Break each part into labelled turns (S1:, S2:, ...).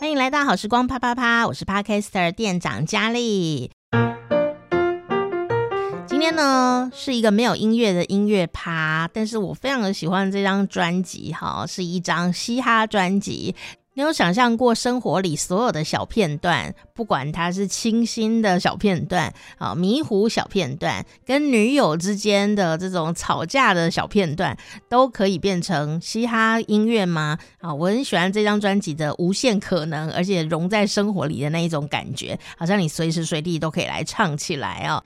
S1: 欢迎来到好时光啪啪啪，我是 Podcaster 店长佳丽。今天呢是一个没有音乐的音乐趴，但是我非常的喜欢这张专辑，哈，是一张嘻哈专辑。你有想象过生活里所有的小片段，不管它是清新的小片段，啊，迷糊小片段，跟女友之间的这种吵架的小片段，都可以变成嘻哈音乐吗？啊，我很喜欢这张专辑的无限可能，而且融在生活里的那一种感觉，好像你随时随地都可以来唱起来哦。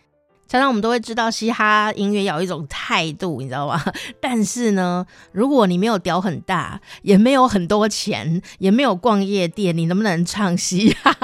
S1: 常常我们都会知道嘻哈音乐要有一种态度，你知道吗？ 但是呢，如果你没有屌很大，也没有很多钱，也没有逛夜店，你能不能唱嘻哈？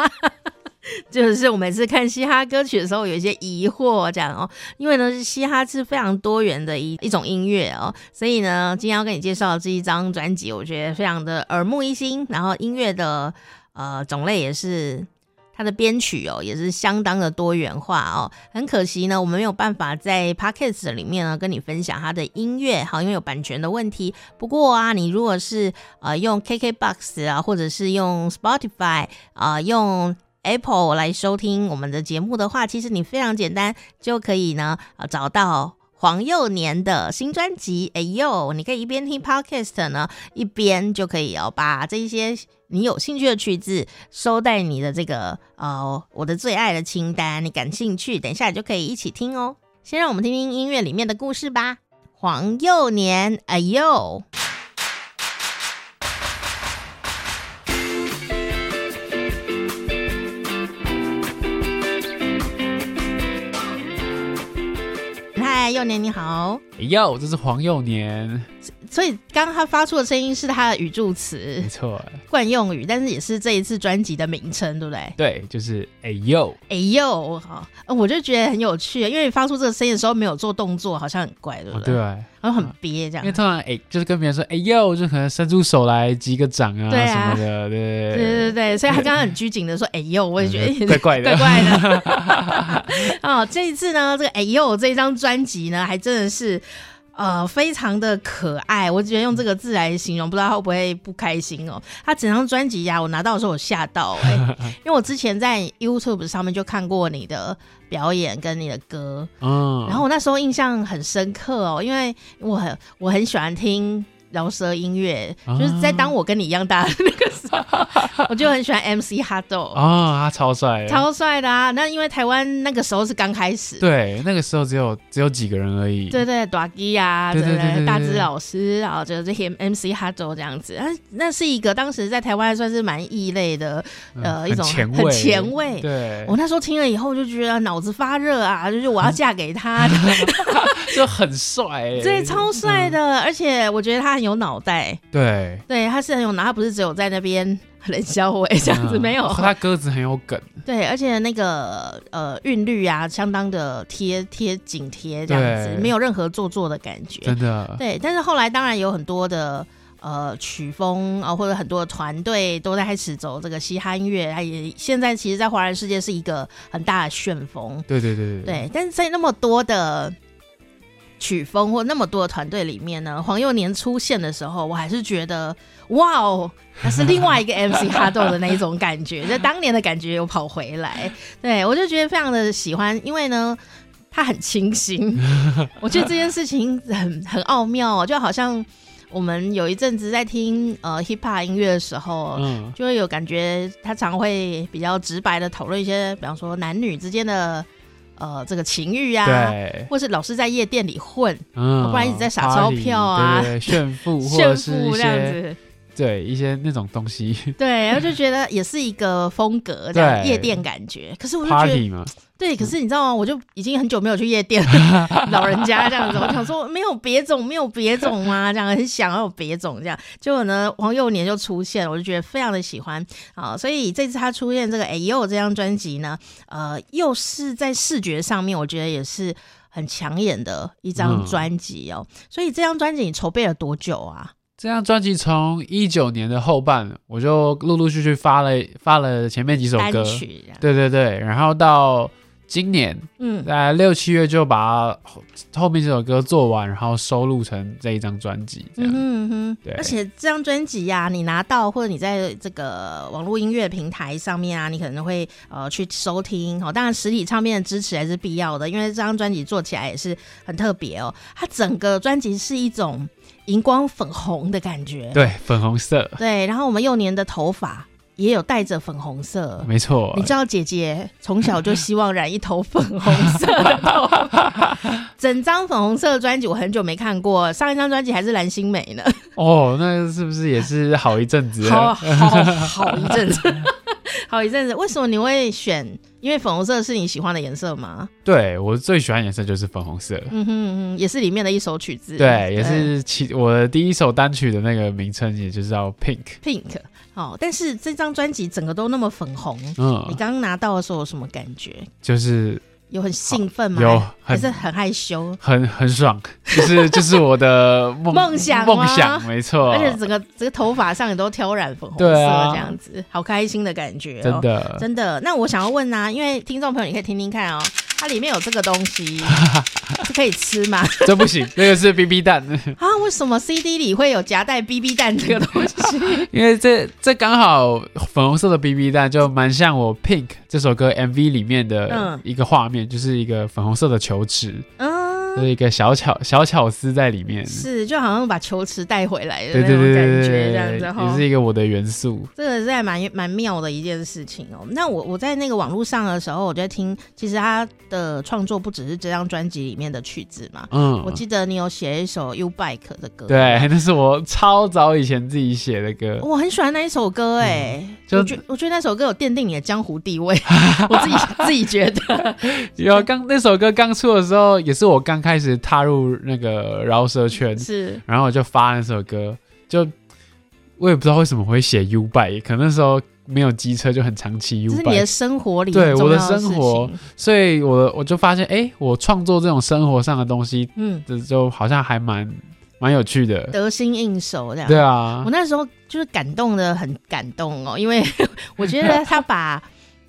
S1: 就是我每次看嘻哈歌曲的时候，有一些疑惑这样哦，因为呢，嘻哈是非常多元的一一种音乐哦，所以呢，今天要跟你介绍的这一张专辑，我觉得非常的耳目一新，然后音乐的呃种类也是。它的编曲哦，也是相当的多元化哦。很可惜呢，我们没有办法在 podcast 里面呢跟你分享它的音乐，好，因为有版权的问题。不过啊，你如果是呃用 KKBox 啊，或者是用 Spotify 啊、呃，用 Apple 来收听我们的节目的话，其实你非常简单就可以呢呃找到黄幼年的新专辑。哎呦，你可以一边听 podcast 呢，一边就可以哦把这些你有兴趣的曲子收在你的这个呃我的最爱的清单，你感兴趣，等一下你就可以一起听哦。先让我们听听音乐里面的故事吧。黄幼年，哎呦。嗨，幼年你好。
S2: 哟，这是黄幼年，
S1: 所以刚刚他发出的声音是他的语助词
S2: 没、错，
S1: 惯用语，但是也是这一次专辑的名称，对不对？
S2: 对，就是哎呦，
S1: 哎呦，好，呃我就觉得很有趣，因为你发出这个声音的时候没有做动作，好像很怪，对不
S2: 哦
S1: 对？
S2: 对，
S1: 然后很憋这
S2: 因为
S1: 样。
S2: 通常哎就是跟别人说哎呦，就可能伸出手来击个掌啊
S1: 对
S2: 什
S1: 啊
S2: 么的，对
S1: 对对对，所以他刚刚很拘谨的说：“哎呦！”我也觉得
S2: 嗯怪 怪的
S1: 哎怪怪的。 哦，这一次呢，这个“哎呦”这张专辑呢，还真的是呃非常的可爱。我只能用这个字来形容，不知道会不会不开心哦。他整张专辑呀，我拿到的时候我吓到哎、 因为我之前在 YouTube 上面就看过你的表演跟你的歌，
S2: 嗯，
S1: 然后我那时候印象很深刻哦，因为我很我很喜欢听饶舌音乐，
S2: 啊
S1: 就是在当我跟你一样大的那个时 候，我就很喜欢 MC 哈豆，
S2: 啊，他超帅的，
S1: 超帅的啊！那因为台湾那个时候是刚开始，
S2: 对，那个时候只有只有几个人而已，
S1: 对对，短基啊，
S2: 对对对对
S1: 大
S2: 对
S1: 智
S2: 对
S1: 老师，然后就这些 MC 哈周这样子，那那是一个当时在台湾算是蛮异类的，
S2: 嗯，
S1: 呃，一
S2: 很
S1: 种
S2: 前
S1: 很
S2: 卫，
S1: 前卫。
S2: 对
S1: 我，那时候听了以后就觉得脑子发热啊，就是
S2: 嗯
S1: 我要嫁给他，
S2: 就很帅，哎
S1: 对，超帅的，
S2: 嗯
S1: 而且我觉得他很有脑袋，
S2: 对，
S1: 对，他是很有脑，他不是只有在那边 冷笑话这样子，
S2: 嗯
S1: 没 有，
S2: 他歌词很有梗，
S1: 对，而且那个呃韵律啊，相当的贴贴紧贴这样子
S2: 对，
S1: 没有任何做作的感觉，
S2: 真的，
S1: 对，但是后来当然有很多的呃曲风啊、或者很多的团队都在开始走这个嘻哈音乐，它也现在其实，在华人世界是一个很大的旋风。
S2: 对对对，
S1: 对，但是在那么多的曲风或那么多的团队里面呢，黄幼年出现的时候，我还是觉得哇哦，那是另外一个 MC 哈豆的那一种感觉，就当年的感觉又跑回来。对我就觉得非常的喜欢，因为呢。他很清新，我觉得这件事情很很奥妙、哦，就好像我们有一阵子在听呃 hip hop 音乐的时候，
S2: 嗯，
S1: 就会有感觉，他常会比较直白的讨论一些，比方说男女之间的呃这个情欲啊，
S2: 对，
S1: 或是老是在夜店里混、
S2: 嗯
S1: 不然一直在撒钞票啊
S2: party，对对对炫 富或
S1: 炫
S2: 者是一
S1: 富这样
S2: 些
S1: 子，
S2: 对一些那种东西
S1: 对，然后就觉得也是一个风格，这样
S2: 对
S1: 夜店感觉。可是我就觉得，
S2: party 嘛，
S1: 对，可是你知道吗？我就已经很久没有去夜店 了，老人家这样子，我想说没有别种，没有别种吗？这样很想要有别种这样。结果呢，黄幼年就出现了，我就觉得非常的喜欢啊。所以这次他出现这个《哎呦》这张专辑呢，呃，又是在视觉上面，我觉得也是很抢眼的一张
S2: 嗯
S1: 专辑哦。所以这张专辑你筹备了多久啊？
S2: 这张专辑从一九年的后半，我就陆陆续续发了发了前面几首
S1: 单
S2: 歌，
S1: 曲这样
S2: 对对对，然后到今年
S1: 嗯，
S2: 在六七月就把后后面这首歌做完，然后收录成这一张专辑，
S1: 嗯
S2: 这样、
S1: 哼嗯哼，
S2: 对
S1: 而且这张专辑呀，你拿到或者你在这个网络音乐平台上面啊，你可能会呃去收听。好、当然实体唱片的支持还是必要的，因为这张专辑做起来也是很特别哦。它整个专辑是一种荧光粉红的感觉，
S2: 对，粉红色，
S1: 对。然后我们幼年的头发也有带着粉红色。
S2: 没错
S1: 你，知道姐姐从小就希望染一头粉红色的头 发，整张粉红色的专辑我很久没看过，上一张专辑还是蓝心湄呢。
S2: 哦，那是不是也是好一阵子
S1: 好啊
S2: 了？
S1: 好好一阵子， 好一阵子。为什么你会选？因为粉红色是你喜欢的颜色吗？
S2: 对我最喜欢颜色就是粉红色，
S1: 嗯哼嗯哼，也是里面的一首曲子。
S2: 对，也是其我的第一首单曲的那个名称，也就叫 Pink，
S1: Pink。好，但是这张专辑整个都那么粉红，你
S2: 嗯，
S1: 刚刚拿到的时候有什么感觉？
S2: 就是
S1: 有很兴奋吗？
S2: 有
S1: 还
S2: 很
S1: 是很害羞？
S2: 很很爽，就是就是我的梦
S1: 梦想吗
S2: 梦想，没错，
S1: 而且哦整个这个头发上也都挑染粉红色，
S2: 对啊
S1: 这样子、好开心的感觉、哦。
S2: 真的，
S1: 真的，那我想要问啊，因为听众朋友，你可以听听看哦，它里面有这个东 西，是可以吃吗？
S2: 这不行，那个是 BB 蛋，
S1: 啊，为什么 CD 里会有夹带 BB 弹这
S2: 嗯
S1: 个东 西？
S2: 因为这这刚好粉红色的 BB 蛋就蛮像我 Pink 这首歌 MV 里面的
S1: 嗯
S2: 一个画面，就是一个粉红色的球池，就
S1: 嗯，
S2: 是一个小巧小巧思在里面。
S1: 是，就好像把球池带回来的
S2: 对
S1: 那
S2: 对
S1: 种
S2: 对
S1: 感
S2: 对
S1: 觉，这样
S2: 对
S1: 子
S2: 对，
S1: 哈
S2: 也。是一个我的元素。
S1: 这个是还蛮蛮妙的一件事情哦。那我我在那个网络上的时候，我就在听，其实他的创作不只是这张专辑里面的曲子嘛。
S2: 嗯
S1: 我，记得你有写一首《U Bike》的歌，
S2: 对，，那是我超早以前自己写的歌。
S1: 我很喜欢那一首歌哎、
S2: 嗯就
S1: 我觉我觉得那首歌有奠定你的江湖地 位，我自己自己觉得，
S2: 有啊刚那首歌刚出的时候，也是我刚开始踏入那个饶舌圈，
S1: 是
S2: 然后我就发那首歌，就我也不知道为什么会写 U bike，可能那时候没有机车，就很常骑 U
S1: 这是你的
S2: bike，
S1: 生活里
S2: 对
S1: 很重
S2: 我的
S1: 要事
S2: 生活
S1: 情，
S2: 所以我的我就发现，哎、我创作这种生活上的东西，
S1: 嗯，
S2: 这就好像还蛮蛮有趣的。
S1: 得心应手这样。
S2: 对啊
S1: 我，那时候就是感动的很感动哦，因 为我觉得他把，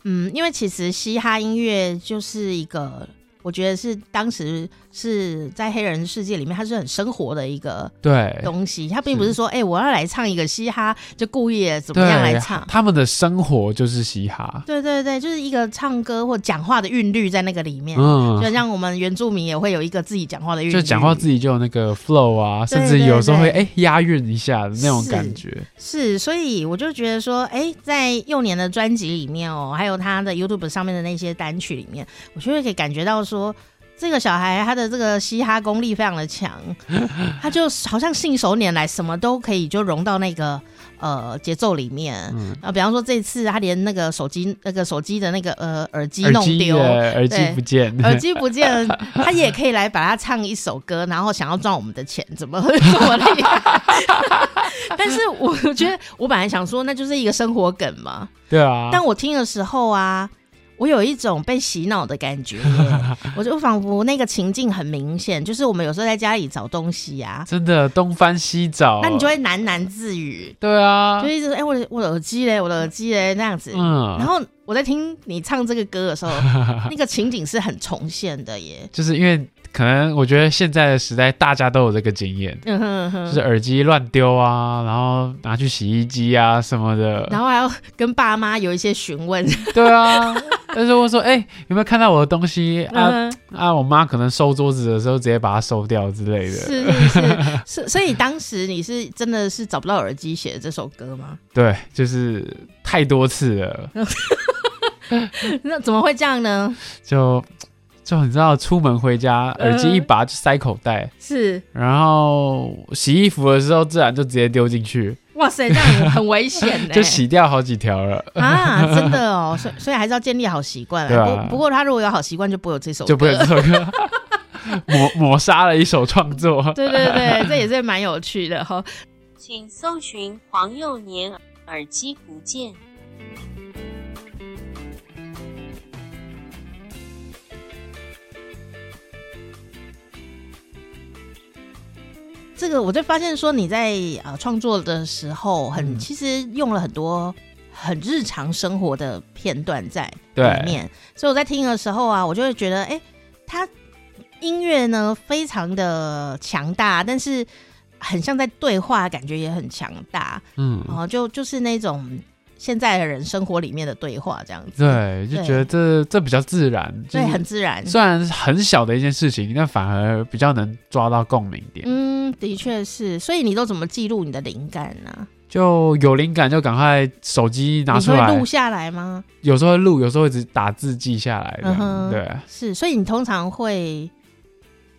S1: 嗯，因为其实嘻哈音乐就是一个，我觉得是当时是在黑人世界里面，它是很生活的一个
S2: 对
S1: 东西，它并不是
S2: 是
S1: 说，哎、我要来唱一个嘻哈，就故意怎么
S2: 对，
S1: 样来唱。
S2: 他们的生活就是嘻哈，
S1: 对对对，就是一个唱歌或讲话的韵律在那个里面，就
S2: 嗯，
S1: 像我们原住民也会有一个自己讲话的韵律，
S2: 就讲话自己就有那个 flow 啊，
S1: 嗯对
S2: 甚至有时候会
S1: 对
S2: 哎、押韵一下的那种
S1: 是
S2: 感觉。
S1: 是，所以我就觉得说，哎，在幼年的专辑里面哦，还有他的 YouTube 上面的那些单曲里面，我就会可以感觉到说，这个小孩他的这个嘻哈功力非常的强， 他就好像信手拈来，什么都可以就融到那个呃节奏里面。
S2: 嗯
S1: 啊，比方说这次他连那个手机那个手机的那个呃耳机
S2: 耳
S1: 弄
S2: 机
S1: 丢，
S2: 也耳机
S1: 对
S2: 不见，
S1: 耳机不见了，他也可以来把它唱一首歌，然后想要赚我们的钱，怎么会这么厉害？ 但是我觉得，我本来想说那就是一个生活梗嘛，
S2: 对啊，
S1: 但我听的时候啊。我有一种被洗脑的感觉耶， 我就仿佛那个情境很明显，就是我们有时候在家里找东西啊，
S2: 真的东翻西找，啊
S1: 那你就会喃喃自语，
S2: 对哦啊
S1: 就，一直说哎、我的我的耳机嘞，我的耳机嘞那样子。
S2: 嗯，
S1: 然后我在听你唱这个歌的时 候，那个情景是很重现的耶。
S2: 就是因为可能我觉得现在的时代大家都有这个经验，
S1: 嗯哼嗯哼，
S2: 就是耳机乱丢啊，然后拿去洗衣机啊什么
S1: 然
S2: 的，
S1: 后还要跟爸妈有一些询 问，
S2: 对啊。但是我说，哎、有没有看到我的东西啊？
S1: 嗯，
S2: 啊，我妈可能收桌子的时候直接把它收掉之类的。
S1: 是是是， 是，所以当时你是真的是找不到耳机写的这首歌吗？
S2: 对，就是太多次了，
S1: 那怎么会这样呢？
S2: 就就你知道，出门回家
S1: 嗯
S2: 耳机一拔就塞口袋，
S1: 是，
S2: 然后洗衣服的时候自然就直接丢进去，
S1: 哇塞，这样很危险呢、
S2: 就洗掉好几条了，
S1: 啊，真的哦，所以所以还是要建立好习惯
S2: 对
S1: 啊。
S2: 啊
S1: 不不过他如果有好习惯，就不会有这首歌，
S2: 就不会有这首歌，抹抹杀了一首创作。
S1: 对对对， 这也是蛮有趣的哈、
S3: 请搜寻黄幼年耳机不见。
S1: 这个我就发现说你在呃创作的时候很，呃
S2: 嗯
S1: 其实用了很多很日常生活的片段在
S2: 对
S1: 里面，所以我在听的时候啊，我就会觉得，哎、它音乐呢非常的强大，但是很像在对话，感觉也很强大，
S2: 嗯，
S1: 然后就就是那种现在的人生活里面的对话这样子，
S2: 对，就觉得这这比较自然，就
S1: 对，
S2: 是
S1: 很自然，
S2: 虽然是很小的一件事情，但反而比较能抓到共鸣点。
S1: 嗯，的确是，所以你都怎么记录你的灵感呢、
S2: 就有灵感就赶快手机拿出
S1: 你会
S2: 来
S1: 录，下来吗？
S2: 有时候会录，有时候会只打字记下来这样。
S1: 嗯哼
S2: 对，
S1: 是，所以你通常会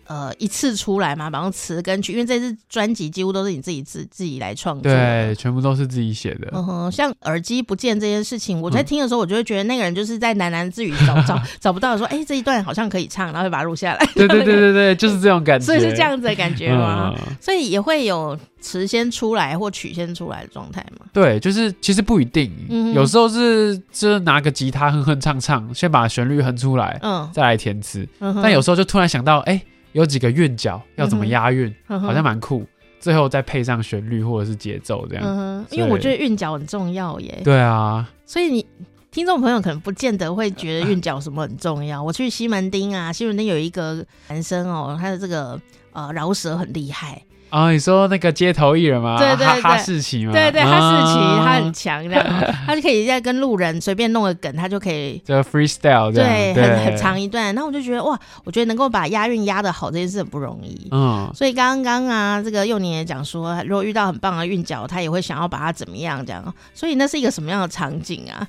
S1: 呃一次出来嘛，然后词跟曲，因为这次专辑几乎都是你自己自自己来创作。
S2: 对，，全部都是自己写的。
S1: 嗯哼，像耳机不见这件事情，我在
S2: 嗯
S1: 听的时候，我就会觉得那个人就是在喃喃自语找 找找不到，说哎、这一段好像可以唱，然后就把它录下来。
S2: 对 对对对对，就是这种感觉。
S1: 所以是这样子的感觉吗？
S2: 嗯，
S1: 所以也会有词先出来或曲先出来的状态吗？
S2: 对，就是其实不一定，
S1: 嗯哼
S2: 有时候是就是拿个吉他哼哼唱唱，先把旋律哼出来，
S1: 嗯，
S2: 再来填词。
S1: 嗯哼
S2: 但有时候就突然想到，哎、有几个韵脚要怎么
S1: 嗯哼
S2: 押韵，
S1: 嗯哼
S2: 好像蛮酷。最后再配上旋律或者是节奏这样。
S1: 嗯哼，
S2: 所以
S1: 因为我觉得韵脚很重要耶。
S2: 对啊，
S1: 所以你听众朋友可能不见得会觉得韵脚什么很重要。我去西门町啊，西门町有一个男生哦，他的这个呃饶舌很厉害，
S2: 啊、你说那个街头艺人吗？
S1: 对对
S2: 哈
S1: 对
S2: 哈士奇吗？
S1: 对对，他是奇，
S2: 啊
S1: 他很强，这样哦 他就可以在跟路人随便弄个梗，他就可以。
S2: 就 freestyle 这
S1: 对，
S2: 样，
S1: 很很长。一段，然后我就觉得哇，我觉得能够把押韵押得好这件事很不容 易。
S2: 嗯，
S1: 所以刚刚啊，这个幼年也讲说，如果遇到很棒的韵脚，他也会想要把它怎么样这样。所以那是一个什么样的场景啊？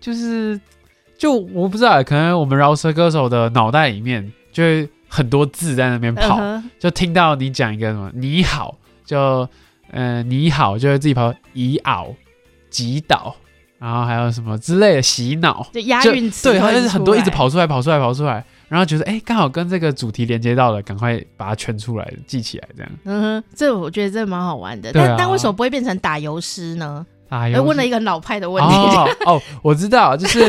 S2: 就是就我不知道，可能我们饶舌歌手的脑袋里面就会很多字在那边跑，
S1: 嗯哼
S2: 就听到你讲一个什么你好，就嗯、呃、你好，就会自己跑以拗、击倒，然后还有什么之类的洗脑，
S1: 就押
S2: 就
S1: 韵词
S2: 对，
S1: 会
S2: 它就是很多一
S1: 出
S2: 直
S1: 来
S2: 跑出来、跑出来、跑出来，然后觉得哎，刚好跟这个主题连接到了，赶快把它圈出来记起来，这样。
S1: 嗯哼，这我觉得这蛮好玩的。
S2: 对啊
S1: 但但为什么不会变成打油诗呢？
S2: 哎
S1: 哎，
S2: 呦，
S1: 问了一个很老派的问题。
S2: 哦哦，我知道，就是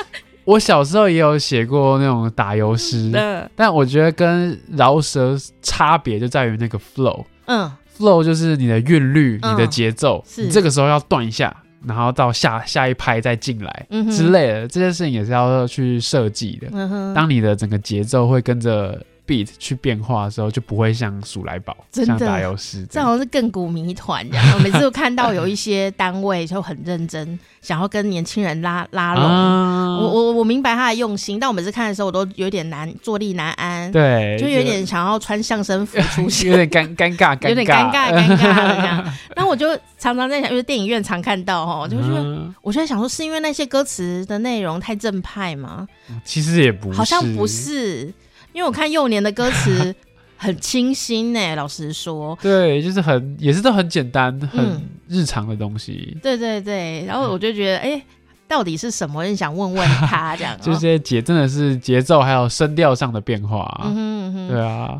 S2: 我小时候也有写过那种打油诗，
S1: 嗯
S2: 但我觉得跟饶舌差别就在于那个 flow。
S1: 嗯
S2: flow 就是你的韵律、
S1: 嗯
S2: 你的节奏，
S1: 是
S2: 你这个时候要断一下，然后到下下一拍再进来、
S1: 嗯哼
S2: 之类的，这些事情也是要去设计的。
S1: 嗯哼，
S2: 当你的整个节奏会跟着 beat 去变化的时候，就不会像数来宝、
S1: 真
S2: 像
S1: 的
S2: 打油诗这
S1: 这
S2: 样。
S1: 好像是亘古谜团这样。我每次都看到有一些单位就很认真，想要跟年轻人拉拉拢。
S2: 啊
S1: 我我我明白他的用心，但我每次看的时候，我都有点难坐立难安，
S2: 对，
S1: 就有点想要穿相声服出现。
S2: 有点尴尴尬，
S1: 有点尴尬，尴尬的这 样。那我就常常在想，因为电影院常看到哈，我就觉得，
S2: 嗯
S1: 我就在想说，是因为那些歌词的内容太正派吗？
S2: 其实也不是，
S1: 好像不，是，因为我看幼年的歌词很清新呢、老实说，
S2: 对，就是很也是都很简单、很
S1: 嗯
S2: 日常的东西，
S1: 对对对，
S2: 嗯
S1: 然后我就觉得，哎、到底是什么？很想问问他这样、哦，
S2: 就是这些节真的是节奏还有声调上的变化啊，
S1: 嗯哼嗯哼
S2: 对啊，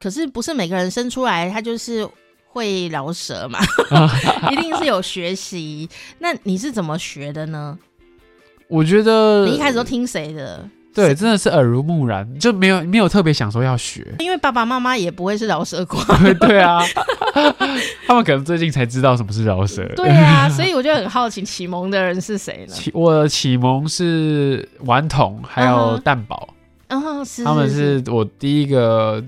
S1: 可是不是每个人生出来他就是会饶舌 嘛，一定是有学习。那你是怎么学的呢？
S2: 我觉得
S1: 你一开始都听谁的？
S2: 对，
S1: 是，，
S2: 真的是耳濡目染，就没有没有特别想说要学
S1: 因为爸爸妈妈也不会是饶舌瓜，
S2: 对对啊， 他们可能最近才知道什么是饶舌。
S1: 对啊，所以我就很好奇启蒙的人是谁呢？
S2: 启我启蒙是顽童，还
S1: 嗯
S2: 有
S1: 哼
S2: 蛋堡，
S1: 嗯，是
S2: 他们是我第一个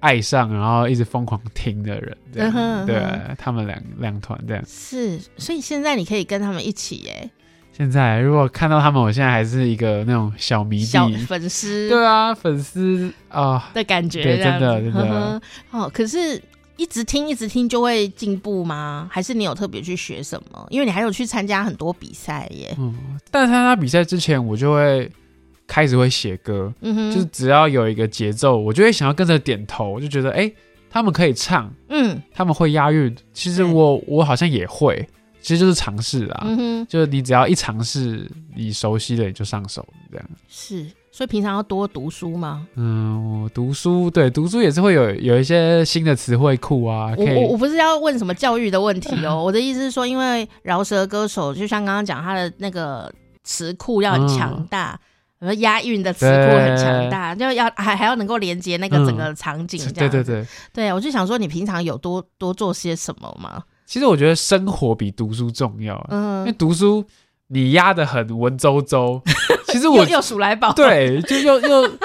S2: 爱上，然后一直疯狂听的人，这样
S1: 嗯哼嗯哼
S2: 对他们两两团这样。
S1: 是，所以现在你可以跟他们一起哎耶，
S2: 现在如果看到他们，我现在还是一个那种小迷
S1: 小
S2: 弟，
S1: 粉丝
S2: 对啊，粉丝啊，
S1: 的感觉，
S2: 对
S1: 这样子
S2: 真的真的
S1: 呵呵哦，可是一直听一直听就会进步吗？还是你有特别去学什么？因为你还有去参加很多比赛耶。
S2: 嗯。但参加比赛之前，我就会开始会写歌，
S1: 嗯哼，
S2: 就是只要有一个节奏，我就会想要跟着点头，我就觉得哎、诶他们可以唱，
S1: 嗯
S2: 他们会押韵，其实
S1: 对
S2: 我我好像也会，其实就是尝试啊。
S1: 嗯哼
S2: 就是你只要一尝试，你熟悉的你就上手，这样。
S1: 是，所以平常要多读书吗？
S2: 嗯，我读书，对，读书也是会有有一些新的词汇库啊，可
S1: 我
S2: 以
S1: 我我不是要问什么教育的问题 哦，我的意思是说，因为饶舌歌手就像刚刚讲，他的那个词库要很强
S2: 嗯
S1: 大。然后押韵的词库很强大，就要还还要能够连接那个整
S2: 嗯
S1: 个场景这样
S2: 对
S1: 子。
S2: 对对，
S1: 对，我就想说，你平常有多多做些什么吗？
S2: 其实我觉得生活比读书重要、啊，因为
S1: 嗯，
S2: 读书你压得很文 绉绉，其实我
S1: 又又数来宝，，
S2: 对，就又又，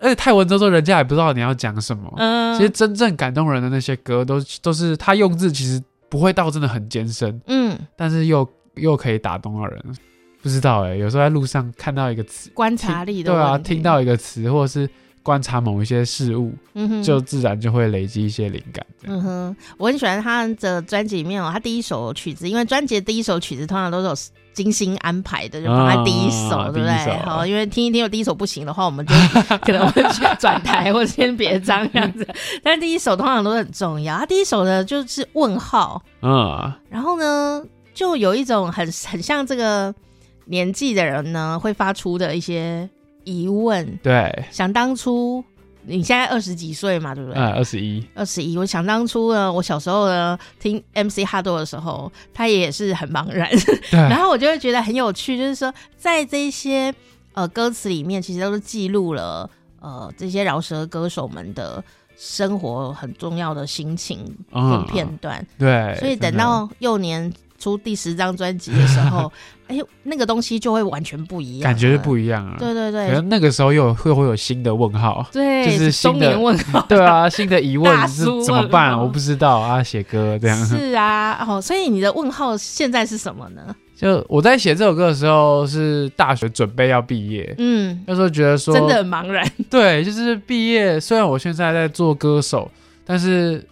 S2: 而且太文绉绉，人家也不知道你要讲什么。
S1: 嗯，
S2: 其实真正感动人的那些歌都，都是他用字其实不会到真的很艰深，
S1: 嗯，
S2: 但是又又可以打动到人。不知道哎、有时候在路上看到一个词，
S1: 观
S2: 听
S1: 察力的
S2: 对啊，
S1: 问题
S2: 听到一个词，或者是观察某一些事物，
S1: 嗯哼
S2: 就自然就会累积一些灵感。这样
S1: 嗯哼，我很喜欢他的专辑里面哦，他第一首曲子，因为专辑的第一首曲子通常都是有精心安排的，就放在第一首，
S2: 啊
S1: 对不
S2: 第一
S1: 对？
S2: 首
S1: 好，因为听一听，有第一首不行的话，我们就可能会去转台或者先别张这 样子。但第一首通常都很重要，他第一首呢就是问号，
S2: 嗯，
S1: 然后呢就有一种很很像这个年纪的人呢会发出的一些疑问，
S2: 对，
S1: 想当初。你现在二十几岁嘛，对不对？
S2: 嗯，二 十一，
S1: 二十一，我想当初呢，我小时候呢听 MC 哈多的时候，他也是很茫然， 然
S2: 对，
S1: 后我就会觉得很有趣，就是说在这些呃歌词里面，其实都是记录了呃这些饶舌歌手们的生活很重要的心情跟
S2: 嗯，
S1: 片段，
S2: 对，
S1: 所以等
S2: 真的
S1: 到幼年。出第十张专辑的时 候，哎、呦，那个东西就会完全不一样，啊
S2: 感觉就不一样了。
S1: 对对
S2: 可
S1: 对，
S2: 能那个时候又有会会有新的问号
S1: 对，
S2: 就是新
S1: 中
S2: 的
S1: 年问号，
S2: 对啊，新的疑
S1: 大
S2: 问是
S1: 叔
S2: 怎么
S1: 问
S2: 办？
S1: 号
S2: 我不知道啊，写歌这样。
S1: 是啊，哦，所以你的问号现在是什么呢？
S2: 就我在写这首歌的时候是大学准备要毕业，
S1: 嗯，
S2: 那时候觉得说
S1: 真的很茫然。
S2: 对，就是毕业。虽然我现在在做歌手，但是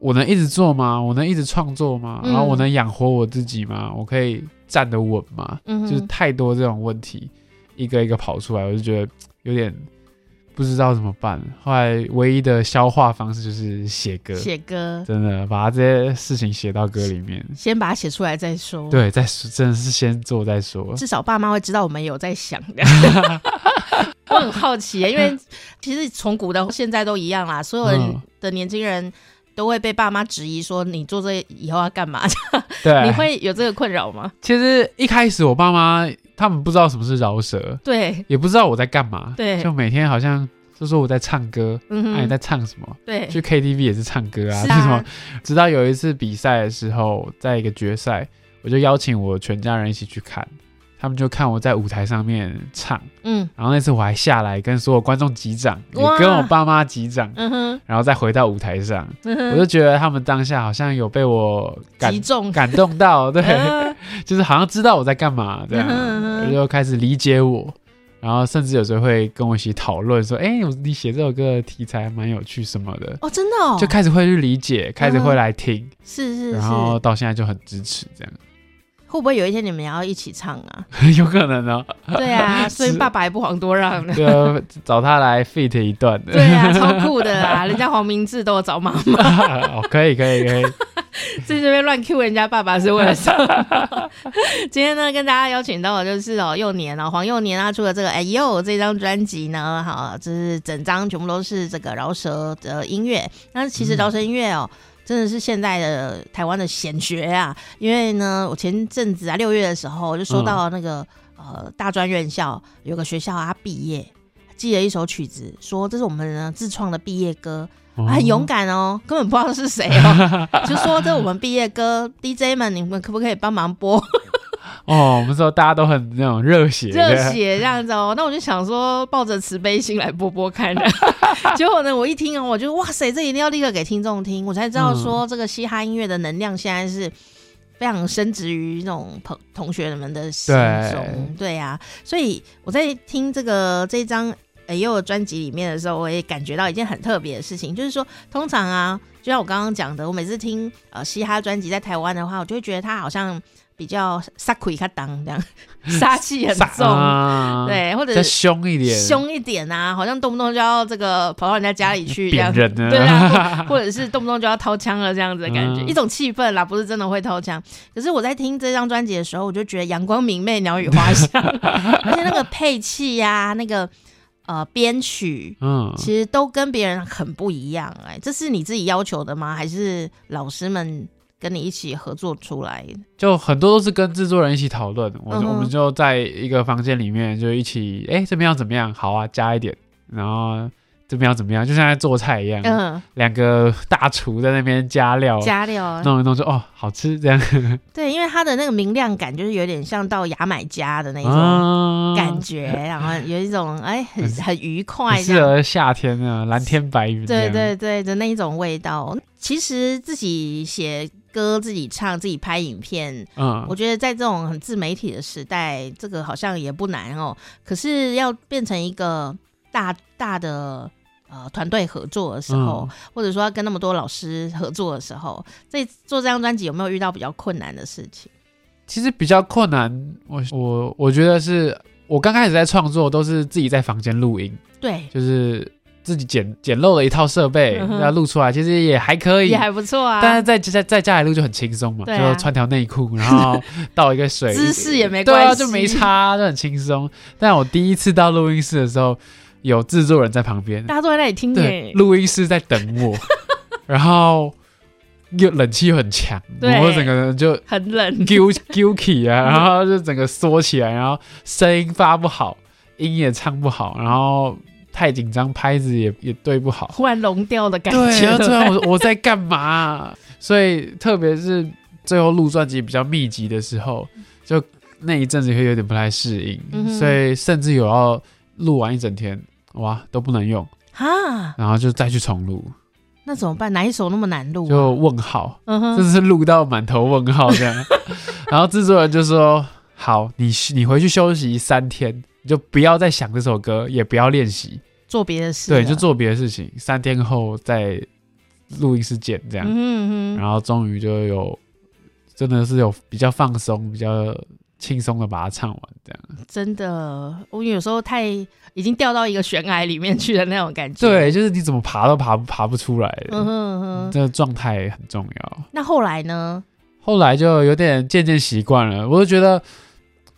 S2: 我能一直做吗？我能一直创作吗？
S1: 嗯
S2: 然后我能养活我自己吗？我可以站得稳吗？
S1: 嗯哼
S2: 就是太多这种问题，一个一个跑出来，我就觉得有点不知道怎么办。后来唯一的消化方式就是写歌，
S1: 写歌，
S2: 真的把这些事情写到歌里面。
S1: 先把它写出来再说。，
S2: 对，再说真的是先做再 说。
S1: 至少爸妈会知道我们有在想 的。我很好奇，因为其实从古到现在都一样啦，所有人
S2: 嗯
S1: 的年轻人都会被爸妈质疑说你做这以后要干嘛？
S2: 对，
S1: 你会有这个困扰吗？
S2: 其实一开始我爸妈他们不知道什么是饶舌，
S1: 对，
S2: 也不知道我在干嘛，
S1: 对
S2: 就每天好像就说我在唱歌，啊
S1: 嗯
S2: 那、你
S1: 哼，
S2: 在唱什么？
S1: 对，
S2: 去 KTV 也是唱歌啊，
S1: 欸是
S2: 是
S1: 啊
S2: 什么？直到有一次比赛的时候，在一个决赛，我就邀请我全家人一起去看，他们就看我在舞台上面唱，
S1: 嗯
S2: 然后那次我还下来跟所有观众击掌，也
S1: 哇
S2: 跟我爸妈击掌，
S1: 嗯哼，
S2: 然后再回到舞台上，
S1: 嗯哼
S2: 我就觉得他们当下好像有被我感
S1: 击中，
S2: 感动到，对，
S1: 嗯
S2: 就是好像知道我在干嘛这样
S1: 嗯哼嗯，哼
S2: 就开始理解我，然后甚至有时候会跟我一起讨论说，哎、我你写这首歌的题材蛮有趣什么的，
S1: 哦，真的哦，
S2: 就开始会去理解，开始会来听，
S1: 是是是，
S2: 然后到现在就很支持 这样，
S1: 会不会有一天你们也要一起唱啊？
S2: 有可 能哦，
S1: 对啊，所以
S2: 是
S1: 爸爸也不遑多让呢。
S2: 就找他来 fit 一段的，
S1: 对啊，超酷的啊！人家黄明志都有找妈妈，
S2: 哦，可以可以可以，
S1: 在这边乱 Q 人家爸爸是为了什么？今天呢，跟大家邀请到的就是哦，幼年哦，黄幼年他出的这个哎呦这张专辑呢，好，这是整张全部都是这个饶舌的音乐。那其实饶舌音乐哦。真的是现在的台湾的显学啊！因为呢，我前阵子啊，六月的时候就收到那个、呃大专院校有个学校啊，他毕业寄了一首曲子，说这是我们呢自创的毕业歌，啊 很勇
S2: 敢，
S1: 敢哦，根本不知道是谁 哦，就说这我们毕业歌，DJ 们你们可不可以帮忙 播
S2: 哦，我们说大家都很那种热血，
S1: 热血这样子哦？那我就想说抱着慈悲心来播播看， 结果呢我一听哦，我就哇塞，这一定要立刻给听众听，我才知道说这个嘻哈音乐的能量现在是。非常深植于那种朋同学们的心中，对呀、所以我在听这个这张哎呦的专辑里面的时候，我也感觉到一件很特别的事情，就是说，通常啊，就像我刚刚讲的，我每次听呃嘻哈专辑在台湾的话，我就会觉得它好像比较撒鬼卡当这样， 杀气很
S2: 撒
S1: 重，
S2: 啊，，
S1: 对，或
S2: 比
S1: 者
S2: 较凶一点，
S1: 凶一点啊，好像动不动就要这个跑到人家家里去这
S2: 扁
S1: 样。
S2: 人呢，
S1: 对啊， 或或者是动不动就要掏枪了这样子的感觉，
S2: 嗯
S1: 一种气氛啦，不是真的会掏枪。可是我在听这张专辑的时候，我就觉得阳光明媚，鸟语花 香，而且那个配器呀、那个呃编曲，
S2: 嗯，
S1: 其实都跟别人很不一样哎、这是你自己要求的吗？还是老师们跟你一起合作出来的？
S2: 就很多都是跟制作人一起讨论，我、
S1: 嗯哼
S2: 我们就在一个房间里面就一起，哎、这边要怎么样？好啊，加一点，然后怎么样怎么样，就像在做菜一样，
S1: 嗯，
S2: 两个大厨在那边加料，
S1: 加料，啊
S2: 弄一弄就哦好吃这样，
S1: 对，因为它的那个明亮感就是有点像到牙买加的那种
S2: 啊，
S1: 感觉，然后有一种哎很
S2: 很
S1: 很愉
S2: 很
S1: 快这
S2: 适
S1: 样。
S2: 合夏天啊，蓝天白云这
S1: 对
S2: 样，
S1: 对对的那一种味道，其实自己写歌、自己唱、自己拍影片，
S2: 嗯
S1: 我，觉得在这种很自媒体的时代，这个好像也不难哦。可是要变成一个大大的呃团队合作的时候，
S2: 嗯
S1: 或者说要跟那么多老师合作的时候，在做这张专辑有没有遇到比较困难的事情？
S2: 其实比较困难，我我我觉得是我刚开始在创作都是自己在房间录音，
S1: 对，
S2: 就是自己简简陋的一套设备，
S1: 嗯哼
S2: 然后录出来其实也还可以
S1: 也，还不错啊。
S2: 但是在在在家里录就很轻松嘛，
S1: 对啊
S2: 就穿条内裤，然后倒一个水，
S1: 姿势也没
S2: 对啊，
S1: 关系
S2: 就没差，就很轻松。但我第一次到录音室的时候，有制作人在旁边，
S1: 大家都在那里听
S2: 对
S1: 耶，，
S2: 录音室在等 我，然后又冷气又很强，
S1: 对嗯
S2: 我整个人就
S1: 很 冷。
S2: 丢丢起啊，然后就整个缩起来，然后声音发不好，音也唱不好，然后太紧张，拍子也也对不好。
S1: 忽然聋掉的感
S2: 对，
S1: 觉，
S2: 然后突
S1: 对
S2: 然我我在干嘛啊、所以特别是最后录专辑比较密集的时候，就那一阵子会有点不太适应，
S1: 嗯哼
S2: 所以甚至有要录完一整天，哇都不能用，
S1: 啊，
S2: 然后就再去重录，
S1: 那怎么办？哪一首那么难录、啊？
S2: 就问号。
S1: 嗯
S2: 这
S1: 哼，
S2: 是录到满头问号 这样。然后制作人就说：“好，你你回去休息三天，你就不要再想这首歌，也不要练习，
S1: 做别的事了，
S2: 对，就做别的事情。三天后再录音室见，这样。
S1: 嗯哼嗯哼，
S2: 然后终于就有，真的是有比较放松、比较轻松的把它唱完，这样。
S1: 真的，我有时候太已经掉到一个悬崖里面去的那种感觉。
S2: 对，，就是你怎么爬都爬不爬不出来
S1: 嗯
S2: 的，
S1: 哼嗯哼。
S2: 这个状态很重要。
S1: 那后来呢？
S2: 后来就有点渐渐习惯了。我就觉得，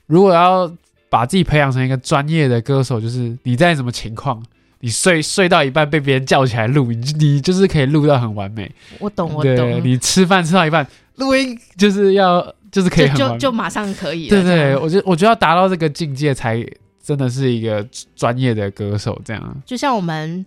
S2: 如果要把自己培养成一个专业的歌手，就是你在什么情况，你睡睡到一半被别人叫起来录，你你就是可以录到很完美。
S1: 我懂，我
S2: 对，
S1: 懂，
S2: 你吃饭吃到一半录音，就是要就是可
S1: 就
S2: 以很完
S1: 就
S2: 美。
S1: 就马上可以了。
S2: 对
S1: 这
S2: 对，
S1: 样，
S2: 我觉得我觉得要达到这个境界，才真的是一个专业的歌手这样。
S1: 就像我们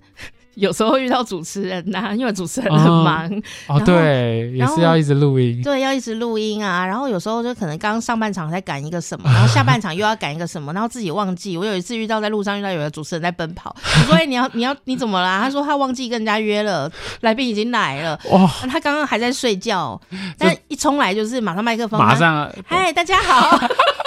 S1: 有时候遇到主持人呐、 因为主持人
S2: 哦
S1: 很忙，
S2: 哦，
S1: 然后
S2: 对，也
S1: 然后
S2: 是要一直录音。
S1: 对，要一直录音啊。然后有时候就可能刚上半场在赶一个什么，然后下半场又要赶一个 什么，然后自己忘记。我有一次遇到在路上遇到有的主持人在奔跑，我说：“哎、你要你要你怎么啦？”他说他忘记跟人家约了，来宾已经来了，
S2: 哇，
S1: 哦他刚刚还在睡 觉，但一冲来就是马上麦克风，啊
S2: 马。上啊
S1: 嗨，大家好！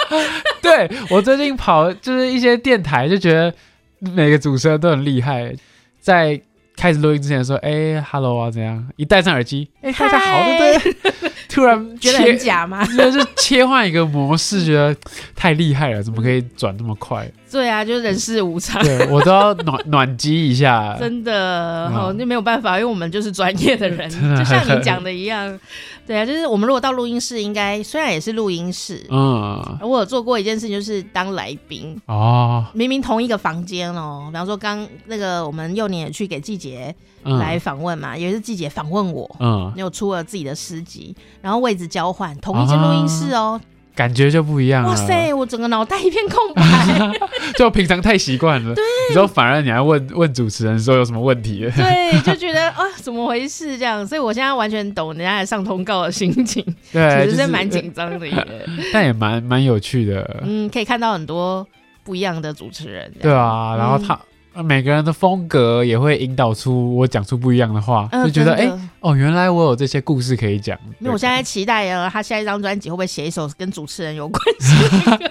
S2: 对我最近跑就是一些电台，就觉得每个主持人都很厉害。在开始录音之前说：“哎、h e l l o 啊，怎样？”一戴上耳机， 哎、大家好，
S1: 嗨
S2: 对不对？ 突然
S1: 觉得
S2: 切
S1: 很，假 吗？
S2: 就是切换一个模式，觉得太厉害了，怎么可以转那么快？
S1: 对啊，就是人事无常，
S2: 对我都要 暖暖机一下。
S1: 真的
S2: 嗯啊
S1: 好就没有办法，因为我们就是专业的 人，
S2: 真的
S1: 就像你讲的一样，对啊，就是我们如果到录音室，应该虽然也是录音室，
S2: 嗯，
S1: 我有做过一件事，就是当来宾。
S2: 哦，
S1: 明明同一个房间哦，比方说刚那个我们幼年也去给季节
S2: 嗯，
S1: 来，访问嘛，也是季节访问我，
S2: 嗯，
S1: 又出了自己的诗集，然后位置交换，同一
S2: 啊
S1: 间录音室哦，
S2: 感觉就不一样了。
S1: 哇塞，我整个脑袋一片空白。
S2: 就平常太习惯了，对，你说反而你还问问主持人说有什么问题了？
S1: 对，就觉得啊，怎么回事这样？所以我现在完全懂人家来上通告的心情，
S2: 对，
S1: 其实
S2: 就是
S1: 蛮紧张的耶。
S2: 但也蛮蛮有趣的，
S1: 嗯，可以看到很多不一样的主持人。这
S2: 对
S1: 样，
S2: 啊。然后他、每个人的风格也会引导出我讲出不一样的话，
S1: 嗯
S2: 就觉得哎、
S1: 真
S2: 诶
S1: 的
S2: 哦，原来我有这些故事可以讲。
S1: 因为我现在
S2: 对
S1: 期待啊，他下一张专辑会不会写一首跟主持人有关系的歌，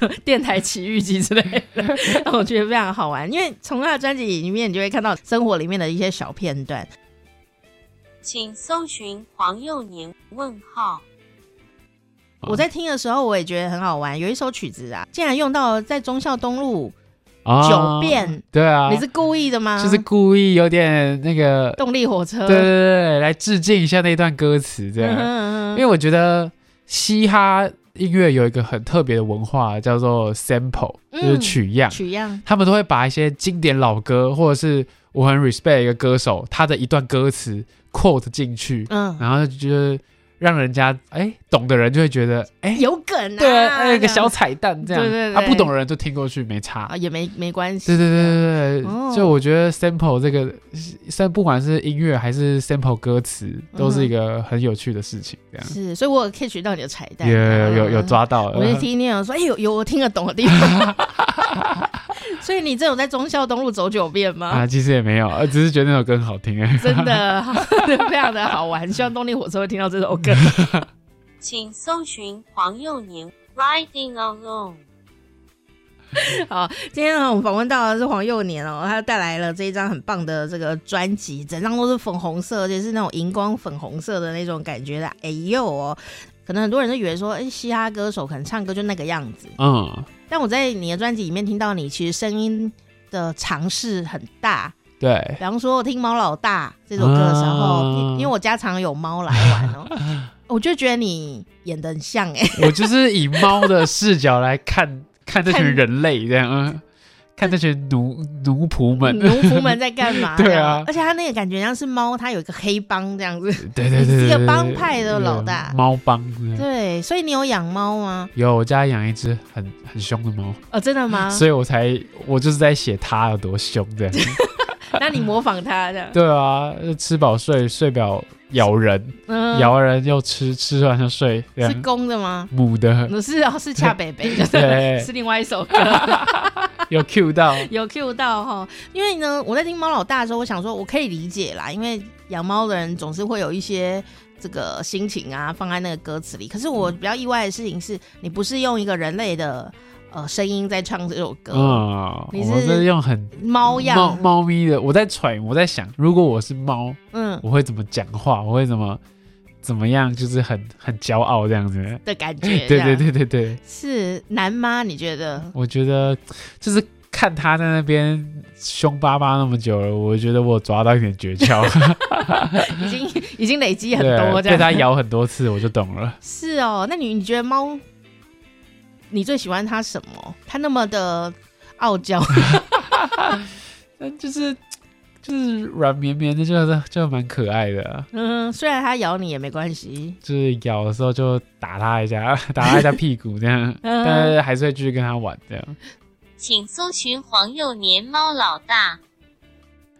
S1: 什么 电台奇遇记之类的，让我觉得非常好玩。因为从他的专辑里面，你就会看到生活里面的一些小片段。
S3: 请搜寻黄幼年问
S2: 啊
S3: 号。
S1: 我在听的时候，我也觉得很好玩。有一首曲子啊，竟然用到了在忠孝东路
S2: 啊
S1: 九遍，
S2: 对啊，
S1: 你是故意的吗？
S2: 就是故意有点那个，
S1: 动力火车，
S2: 对对对对，来致敬一下那段歌词这样，
S1: 嗯
S2: 因为我觉得嘻哈音乐有一个很特别的文化，叫做 sample，就是
S1: 嗯
S2: 取样。
S1: 取样，
S2: 他们都会把一些经典老歌，或者是我很 respect 一个歌手他的一段歌词 quote 进去，
S1: 嗯
S2: 然后就是让人家哎懂的人就会觉得哎，
S1: 有梗啊，
S2: 对啊，哎有个
S1: 这样
S2: 小
S1: 子
S2: 彩蛋这样，
S1: 对对对
S2: 啊不懂的人就听过去没差
S1: 啊，。也没没关系，
S2: 对对对对
S1: 哦
S2: 对，就我觉得 sample 这个，三不管是音乐还是 sample 歌词，都是一个很有趣的事情。这样
S1: 是，所以我有 catch 到你的彩蛋，
S2: 有有有
S1: 嗯。
S2: 抓到了，
S1: 我就听念说，哎、有有我听得懂的地方。 所以你这有在忠孝东路走九遍吗？
S2: 啊，其实也没有，呃只是觉得那首歌很好听哎。
S1: 真的 非常的好玩，希望动力火车会听到这首歌。
S3: 请搜寻黄幼年 Riding Alone。
S1: 好，今天呢，我们访问到的是黄幼年哦，他带来了这一张很棒的这个专辑，整张都是粉红色，而且是那种荧光粉红色的那种感觉的。哎呦哦，可能很多人都以为说，哎，嘻哈歌手可能唱歌就那个样子，
S2: 嗯，
S1: 但我在你的专辑里面听到你其实声音的尝试很大，
S2: 对
S1: 比，方说我听《猫老大》这首歌的时候，
S2: 啊
S1: 因因为我家常有猫来玩哦，我就觉得你演的很像 哎、
S2: 我就是以猫的视角来看 看这群
S1: 看
S2: 人类这样，嗯看这群奴奴仆们。
S1: 农夫们在干嘛？
S2: 啊对啊
S1: 这样而且他那个感觉像是猫，它有一个黑帮这样子。
S2: 对
S1: 你是
S2: 对对对，
S1: 一个
S2: 对
S1: 帮派的
S2: 对
S1: 老大
S2: 猫帮。对
S1: 对，所以你有养猫吗？
S2: 有，我家养一只很很凶的猫，
S1: 哦，真的吗？
S2: 所以我才我就是在写它有多凶这样。
S1: 那你模仿它这样？
S2: 对啊，吃饱睡，睡饱咬人，
S1: 嗯
S2: 咬完人又吃，吃完就睡，这
S1: 是
S2: 样
S1: 公的吗？
S2: 母的
S1: 不是哦，是恰北北，
S2: 啊对
S1: 是另外一首歌。
S2: 有 Q 到，
S1: 有 Q 到哈，因为呢，我在听猫老大的时候，我想说我可以理解啦，因为养猫的人总是会有一些这个心情啊，放在那个歌词里。可是我
S2: 嗯
S1: 比较意外的事情是，你不是用一个人类的呃声音在唱这首歌，
S2: 嗯，
S1: 你
S2: 我
S1: 是
S2: 是用很
S1: 猫
S2: 猫
S1: 样，
S2: 猫咪的，我在揣摩，我在想，如果我是猫，
S1: 嗯
S2: 我会怎么讲话？我会怎么怎么样？就是很很骄傲这样子。
S1: 的感觉。
S2: 对对
S1: 这样
S2: 对对对，
S1: 是难吗？你觉 得？
S2: 我觉得就是看他在那边凶巴巴那么久了，我觉得我抓到一点 诀窍，
S1: 已经已经累积很多这
S2: 对，被
S1: 样。
S2: 他咬很多次，我就懂了。
S1: 是哦，那你你觉得猫，你最喜欢它什么？它那么的傲 娇，
S2: 但就是就是软绵绵的，就是就蛮可爱的啊。
S1: 嗯，虽然它咬你也没关系。
S2: 就是咬的时候就打他一下，打他一下屁股这样，
S1: 嗯
S2: 但是还是会继续跟他玩这样。
S3: 请搜寻黄幼年猫老大。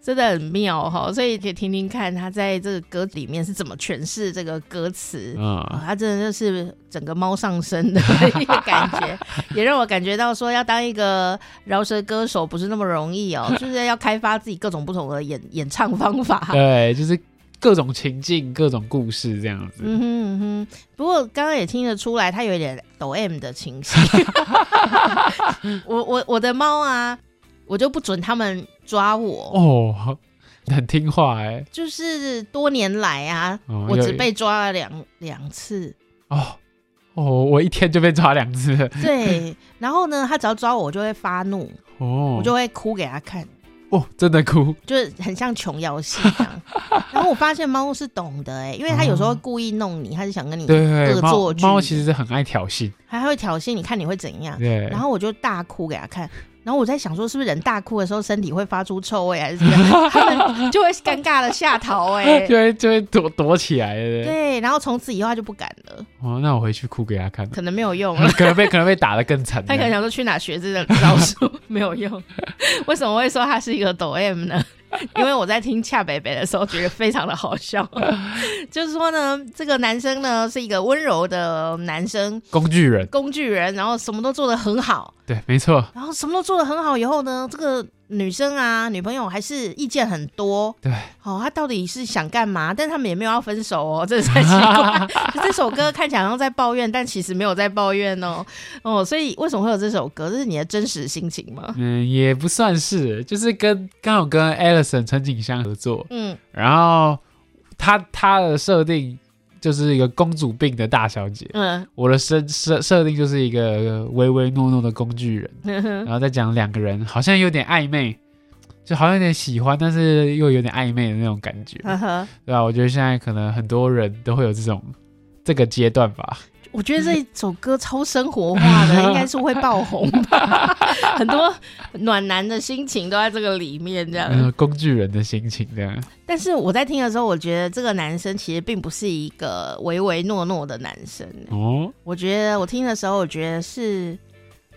S1: 真的很妙哈、所以可以听听看他在这个歌里面是怎么诠释这个歌词。啊，
S2: 嗯，
S1: 他真的就是整个猫上身的 一个感 觉，也让我感觉到说，要当一个饶舌歌手不是那么容易哦，就是要开发自己各种不同的演演唱方法。
S2: 对，就是各种情境、各种故事这样子。
S1: 嗯哼嗯哼，不过刚刚也听得出来，它有一点抖 M 的情 绪。我我我的猫啊，我就不准他们抓我，
S2: 哦，很听话哎、
S1: 就是多年来啊，
S2: 哦
S1: 我
S2: 有
S1: 只被抓了两两 次，
S2: 哦哦，我一天就被抓两次了
S1: 对。然后呢，他只要抓我，我就会发怒，
S2: 哦，
S1: 我就会哭给他看，
S2: 哦真的哭
S1: 就是很像琼瑶戏这 样。然后我发现猫是懂的哎、因为它有时候会故意弄你，它是想跟你，
S2: 哦对
S1: 恶
S2: 猫
S1: 作剧
S2: 猫其实很爱挑衅，
S1: 还会挑衅你看你会怎样。
S2: 对，
S1: 然后我就大哭给他看。然后我在想说，是不是人大哭的时候身体会发出臭味还是怎么样？他们就会尴尬的吓逃哎、
S2: 就会就会躲躲起来，对不对？
S1: 对，然后从此以后他就不敢了，
S2: 哦，那我回去哭给他看，
S1: 可能没有用了。
S2: 可能被可能被打得更惨这
S1: 他可能
S2: 样，
S1: 想说去哪学这个招数没有用， 为什么会说他是一个抖 M 呢？ 因为我在听恰北北的时候觉得非常的好笑， 就是说呢，这个男生呢是一个温柔的男生
S2: 工具人，
S1: 工具人，然后什么都做得很好，
S2: 对，没错，
S1: 然后什么都做得很好以后呢，这个女生啊女朋友还是意见很多，
S2: 对，
S1: 哦，他到底是想干嘛？但他们也没有要分手哦， 这才奇怪。这首歌看起来好像在抱怨，但其实没有在抱怨哦。哦，所以为什么会有这首歌？这是你的真实心情吗？
S2: 嗯，也不算是，就是跟刚好跟 Alison 陈景香合作，
S1: 嗯，
S2: 然后她她的设定就是一个公主病的大小姐，
S1: 嗯
S2: 我的设设设定就是一个唯唯诺诺的工具人，
S1: 呵
S2: 然
S1: 呵，
S2: 后再讲两个人好像有点暧昧，就好像有点喜欢，但是又有点暧昧的那种
S1: 嗯
S2: 感觉，
S1: 呵呵，
S2: 对吧、我觉得现在可能很多人都会有这种这个阶段吧，
S1: 我觉得这首歌超生活化的，应该是会爆红吧， 很多暖男的心情都在这个里面这样。
S2: 嗯，工具人的心情这样。
S1: 但是我在听的时候，我觉得这个男生其实并不是一个唯唯诺诺的男生。
S2: 哦，
S1: 我觉得我听的时候，我觉得是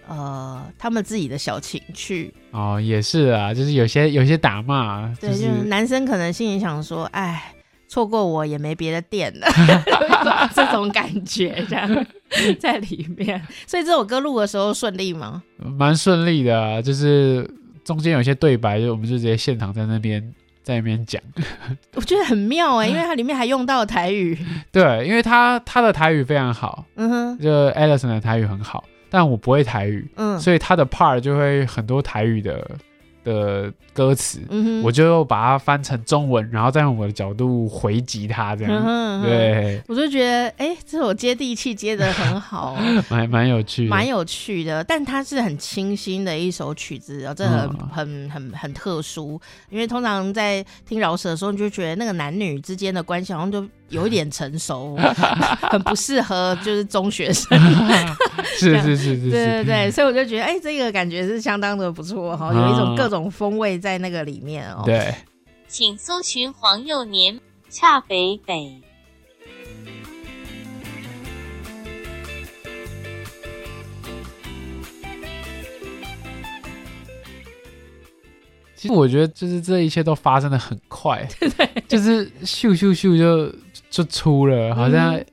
S1: 呃他们自己的小情趣，
S2: 哦，也是啊，就是有些有些打骂，
S1: 对，
S2: 就
S1: 就是是男生可能心里想说，哎。错过我也没别的店了， 这种感觉这样在里面。所以这首歌录的时候顺利吗？
S2: 蛮顺利的啊、就是中间有些对白，就我们就直接现场在那边在那边讲。
S1: 我觉得很妙哎、因为它里面还用到台语。
S2: 对，因为他他的台语非常好，
S1: 嗯 哼，
S2: 就 Alison 的台语很好，但我不会台语，
S1: 嗯
S2: 所以他的 part 就会很多台语的的歌词，
S1: 嗯哼，
S2: 我就把它翻成中文，然后再用我的角度回击他，这
S1: 嗯
S2: 样。
S1: 哼，
S2: 对，
S1: 我就觉得哎、这首接地气接的很 好、
S2: 蛮蛮有趣的，
S1: 蛮有趣的，但它是很清新的一首曲子哦，这很、
S2: 嗯
S1: 很很很特殊，因为通常在听饶舌的时候，你就觉得那个男女之间的关系好像就有一点成 熟，很不适合就是中学生。
S2: 是是是是
S1: 对
S2: 是，
S1: 对对，所以我就觉得哎、这个感觉是相当的不错哈、有一种各种风味在那个里面哦。
S2: 嗯对。
S3: 请搜寻黄幼年恰北北。
S2: 其实我觉得就是这一切都发生的很 快，就是咻咻咻就就出了，好像、
S1: 嗯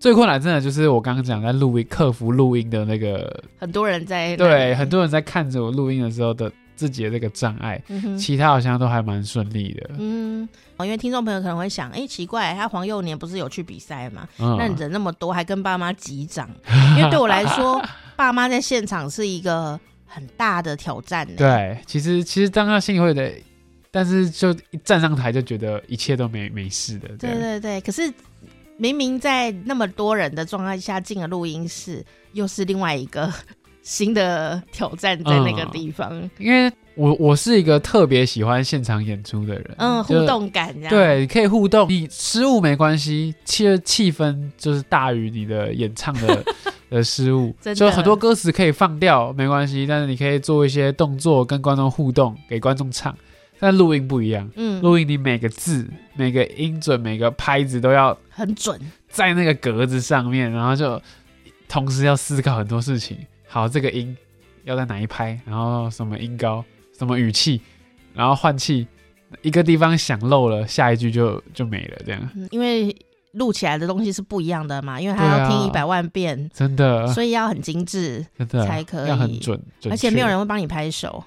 S2: 最困难真的就是我刚刚讲在录音客服录音的那个，
S1: 很多人在那
S2: 对，
S1: 里
S2: 很多人在看着我录音的时候的自己的这个障碍，
S1: 嗯哼
S2: 其他好像都还蛮顺利的。
S1: 嗯，哦，因为听众朋友可能会想，哎、奇怪，他黄幼年不是有去比赛吗？
S2: 嗯，
S1: 那人那么多，还跟爸妈击掌， 因为对我来 说，爸妈在现场是一个很大的挑战欸呢。
S2: 对，其实其实当下心里会有点，但是就一站上台就觉得一切都没没事的，
S1: 对对对，可是明明在那么多人的状态下进了录音室，又是另外一个 新的挑战在那个地方，嗯，
S2: 因为我我是一个特别喜欢现场演出的人，就
S1: 嗯互动感这样。
S2: 对，可以互动，你失误没关系，气气氛就是大于你的演唱 的的失误，
S1: 真的
S2: 就很多歌词可以放掉没关系，但是你可以做一些动作跟观众互动，给观众唱。但录音不一样，
S1: 嗯，
S2: 录音你每个字、每个音准、每个拍子都要
S1: 很准。
S2: 在那个格子上面，然后就同时要思考很多事情。好，这个音要在哪一拍，然后什么音高，什么语气，然后换气，一个地方想漏了，下一句就就没了，这样
S1: 嗯，因为录起来的东西是不一样的嘛，因为
S2: 对
S1: 他
S2: 啊
S1: 要听一百万遍，
S2: 真的
S1: 所以要很精致，
S2: 真的
S1: 才可以
S2: 要很准，准
S1: 而且没有人会帮你拍手，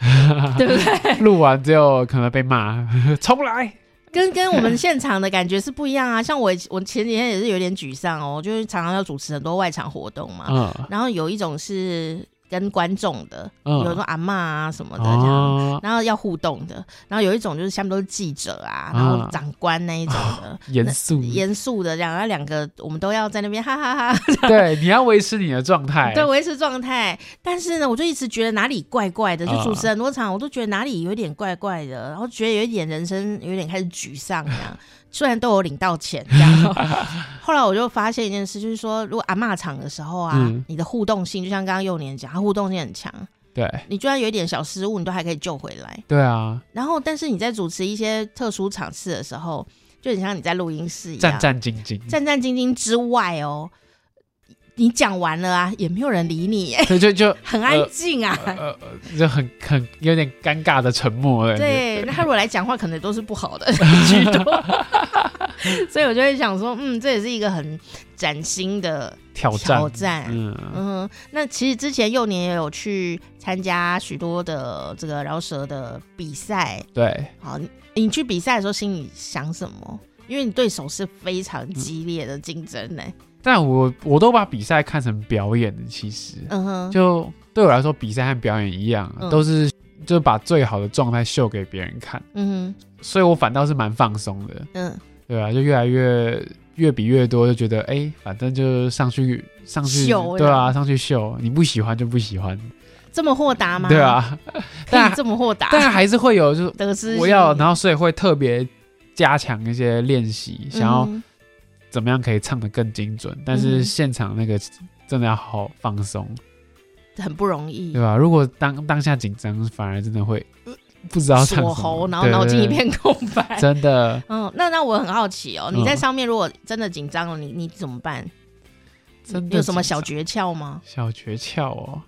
S1: 对不对？
S2: 确录完之后可能被骂，重来。
S1: 跟跟我 们现场的感觉是不一样啊。像我我前几天也是有点沮丧哦，就是常常要主持很多外场活动嘛，
S2: 嗯
S1: 然后有一种是跟观众的，
S2: 嗯
S1: 有时候阿嬷啊什么的这样。
S2: 哦，
S1: 然后要互动的，然后有一种就是下面都是记者啊，
S2: 啊
S1: 然后长官那一种的，
S2: 严肃，
S1: 严肃的这样，然后两个我们都要在那边哈哈哈
S2: 对，你要维持你的状态，
S1: 对，维持状态。但是呢，我就一直觉得哪里怪怪的，就
S2: 啊
S1: 主持很多场，我都觉得哪里有点怪怪的，然后觉得有一点人生有点开始沮丧这样。虽然都有领到钱，这 样。后来我就发现一件事，就是说，如果阿骂场的时候啊，
S2: 嗯
S1: 你的互动性，就像刚刚幼年讲，它互动性很强，
S2: 对
S1: 你居然有一点小失误，你都还可以救回来。
S2: 对啊，
S1: 然后，但是你在主持一些特殊场次的时候，就很像你在录音室一样
S2: 战，战兢 兢，
S1: 战战兢兢之外哦，你讲完了啊，也没有人理你耶。
S2: 对就就
S1: 很安静啊。
S2: 呃，呃就很很有点尴尬的沉默 了。
S1: 对，那他如果来讲话，可能都是不 好的 居多。所以我就会想说，嗯，这也是一个很崭新的
S2: 挑战，
S1: 挑战。嗯
S2: 嗯，
S1: 哼，那其实之前幼年也有去参加许多的这个饶舌的比赛。
S2: 对，
S1: 好，你你去比赛的时候心里想什么？因为你对手是非常激烈的竞争呢、欸
S2: 但我我都把比赛看成表演的，其实
S1: 嗯哼，
S2: 就对我来说，比赛和表演一样，啊
S1: 嗯
S2: 都是就把最好的状态秀给别人看，
S1: 嗯
S2: 所以我反倒是蛮放松的，
S1: 哼，嗯，
S2: 对吧、就越来越越比越多，就觉得哎、反正就上去上去
S1: 秀，
S2: 对啊，上去秀，你不喜欢就不喜欢，
S1: 这么豁达吗？
S2: 对，啊，
S1: 可
S2: 但
S1: 以这么豁达，
S2: 但还是会有就是
S1: 得失
S2: 我要，
S1: 心
S2: 然后所以会特别加强一些练习，想要
S1: 嗯哼
S2: 怎么样可以唱得更精准，但是
S1: 嗯
S2: 现场那个真的要好好放松，
S1: 很不容易
S2: 对，吧？如果当当下紧张，反而真的会不知道唱什
S1: 锁
S2: 么，
S1: 喉，然后
S2: 对
S1: 脑筋一，
S2: 对
S1: 片空白
S2: 对。真的。
S1: 嗯，那那我很好奇哦，你在
S2: 嗯
S1: 上面如果真的紧张了，你你怎么办？
S2: 真的
S1: 你有什么
S2: 紧张
S1: 小诀窍吗？
S2: 小诀窍哦，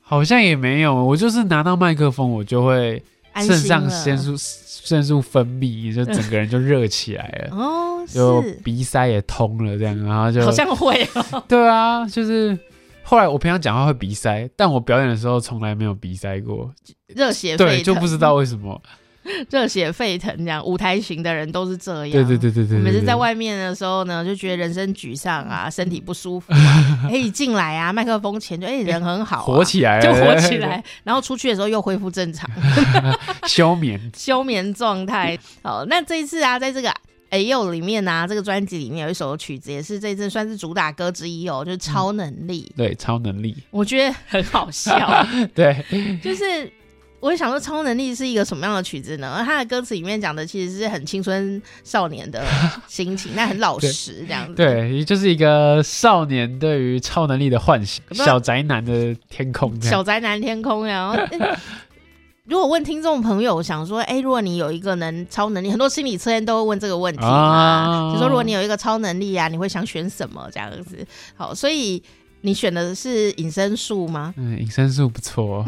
S2: 好像也没有，我就是拿到麦克风，我就会
S1: 安
S2: 肾
S1: 心
S2: 上
S1: 了
S2: 腺素腺素分泌，就整个人就热起来 了，
S1: 哦，
S2: 就是鼻塞也通了，这样，然后就
S1: 好像会哦，
S2: 对啊，就是后来我平常讲话会鼻塞，但我表演的时候从来没有鼻塞过，
S1: 热血
S2: 对，
S1: 沸
S2: 就不
S1: 腾，
S2: 知道为什么，
S1: 热血沸腾这样，舞台型的人都是这样。
S2: 对对对对
S1: 嗯
S2: 对，
S1: 我每次
S2: 对嗯
S1: 在
S2: 对
S1: 外面的时候呢，就觉得人生沮丧啊，身体不舒服、啊， 哎、一进来啊，麦克风前就哎、人很好、啊，
S2: 火起来了，
S1: 就火起，来，然后出去的时候又恢复正常，
S2: 休眠，
S1: 休眠状态。好，那这一次啊，在这个。哎呦，里面啊，这个专辑里面有一首曲子，也是这一次算是主打歌之一哦，就是《超能力》
S2: 对，超能力，
S1: 我觉得很好笑，
S2: 对，
S1: 就是我想说，《超能力》是一个什么样的曲子呢？它的歌词里面讲的其实是很青春少年的心情，但很老实这样子。
S2: 对，也就是一个少年对于超能力的幻想，
S1: 可不
S2: 小宅男的天空这样
S1: 小。宅男天空呀。然后 嗯如果问听众朋友想说，哎、如果你有一个能超能力，很多心理测验都会问这个问题嘛，
S2: 啊？
S1: 就说如果你有一个超能力啊，你会想选什么这样子？好，所以你选的是隐身术吗
S2: 嗯，隐身术不错、哦，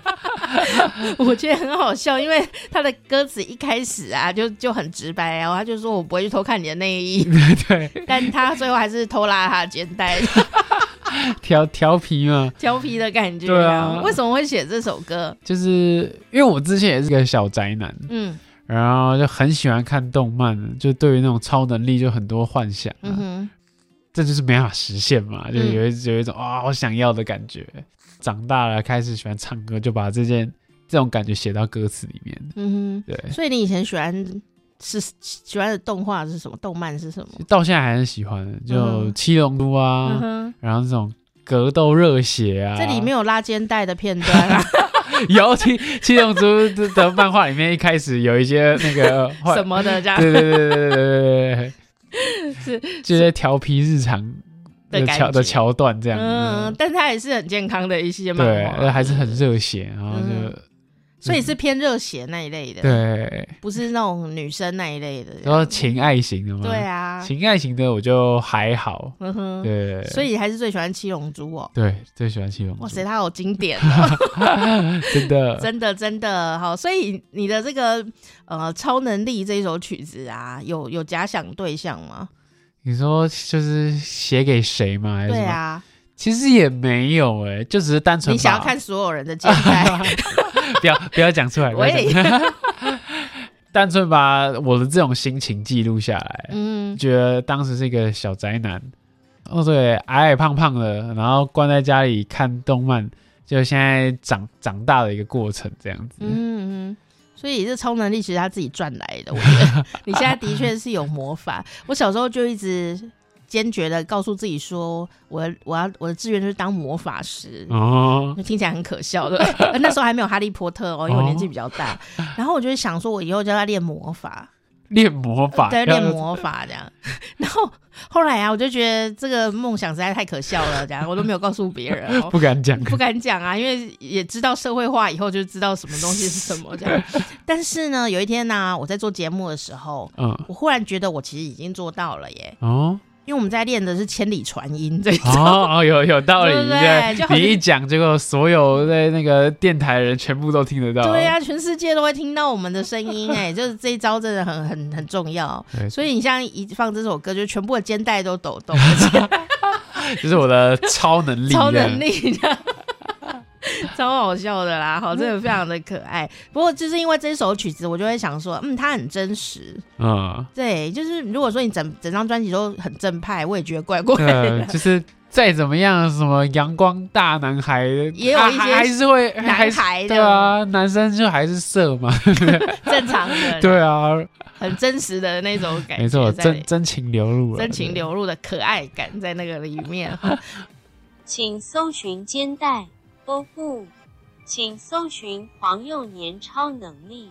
S1: 我觉得很好笑，因为他的歌词一开始啊，就就很直白、啊，然后他就说我不会去偷看你的内 衣，
S2: 对，
S1: 但他最后还是偷拉他的肩带，
S2: 调调皮嘛，
S1: 调皮的感觉。
S2: 对啊
S1: 为什么会写这首歌？
S2: 就是因为我之前也是个小宅男，
S1: 嗯
S2: 然后就很喜欢看动漫，就对于那种超能力就很多幻想、啊，
S1: 嗯哼，
S2: 这就是没办法实现嘛，就有一、有一种啊、我想要的感觉。长大了开始喜欢唱歌，就把这件这种感觉写到歌词里面。
S1: 嗯哼。
S2: 对，
S1: 所以你以前喜欢是喜欢的动画是什么？动漫是什么？
S2: 到现在还是喜欢的，就
S1: 嗯
S2: 《七龙珠》啊，
S1: 嗯哼，
S2: 然后这种格斗热血啊，
S1: 这里面有拉肩带的片段 啊，
S2: 有七七龙珠的漫画里面一开始有一些那个坏
S1: 什么的这样
S2: 对对对对对对对对对，
S1: 是
S2: 就是调皮日常
S1: 的
S2: 的
S1: 感
S2: 桥的
S1: 觉
S2: 桥段这样子，
S1: 嗯，但它也是很健康的一些漫
S2: 对，
S1: 画，
S2: 那还是很，热血，然后
S1: 嗯
S2: 就
S1: 所以是偏热血那一类的，，
S2: 对，
S1: 不是那种女生那一类的，
S2: 然后情爱型的嘛，
S1: 对，啊，
S2: 情爱型的我就还好，
S1: 嗯哼，
S2: 对，
S1: 所以还是最喜欢七龙珠哦。
S2: 对最喜欢七龙
S1: 哇
S2: 珠
S1: 塞，，它好经典哦，
S2: 真的
S1: 真的真的好。所以你的这个呃超能力这一首曲子啊，有有假想对象吗？
S2: 你说就是写给谁吗？还是什
S1: 对
S2: 么？
S1: 啊，
S2: 其实也没有哎、就只是单纯
S1: 你想要
S2: 把
S1: 看所有人的肩带，
S2: 不要不要 讲出来，不
S1: 我
S2: 要
S1: 也
S2: 讲出来单纯把我的这种心情记录下来，
S1: 嗯，
S2: 觉得当时是一个小宅男，哦对，矮矮胖胖的，然后关在家里看动漫，就现在长长大的一个过程这样子。
S1: 嗯，嗯，所以这超能力其实他自己赚来的。我觉得 你现在的确是有魔法。我小时候就一直坚决的告诉自己说，我我要我的志愿就是当魔法师。
S2: 哦，
S1: 听起来很可笑，对不对？ 呃那时候还没有哈利波特哦，因为我年纪比较大。然后我就想说，我以后就要练魔法，
S2: 练魔法，
S1: 对，练
S2: 啊要
S1: 魔法这样。然后后来啊，我就觉得这个梦想实在太可笑了，这样我都没有告诉别人、哦。
S2: 不敢讲，
S1: 不敢讲啊，因为也知道社会化以后就知道什么东西是什么 这样。但是呢，有一天呢、我在做节目的时候，
S2: 嗯，
S1: 我忽然觉得我其实已经做到了耶，
S2: 哦
S1: 因为我们在练的是千里传音这一 种。
S2: 哦哦，有有道理，
S1: 对不对就很
S2: 你一讲，结果所有在那个电台的人全部都听得到，
S1: 对呀、全世界都会听到我们的声音哎， 就是这一招真的很很很重要。
S2: 对
S1: 所以你像一放这首歌，就全部的肩带都抖动，而且
S2: 就是我的超 能力，
S1: 超能，力的， 超好笑的啦，好，真的非常的可爱。不过就是因为这首曲子，我就会想说，嗯，它很真实，
S2: 嗯。
S1: 对，就是如果说你整整张专辑都很正派，我也觉得怪怪
S2: 对，
S1: 的。
S2: 就是再怎么样，什么阳光大男孩，
S1: 也有
S2: 啊
S1: 一些
S2: 还还是会
S1: 男
S2: 还是
S1: 孩这
S2: 对
S1: 样
S2: 啊，男生就还是色嘛，
S1: 正常的，
S2: 对啊，
S1: 很真实的那种感觉，
S2: 没错，
S1: 在
S2: 真真情流露了，
S1: 真情流露的可爱感在那个里面。
S3: 请搜寻肩带欧布，请搜寻黄幼年超能力。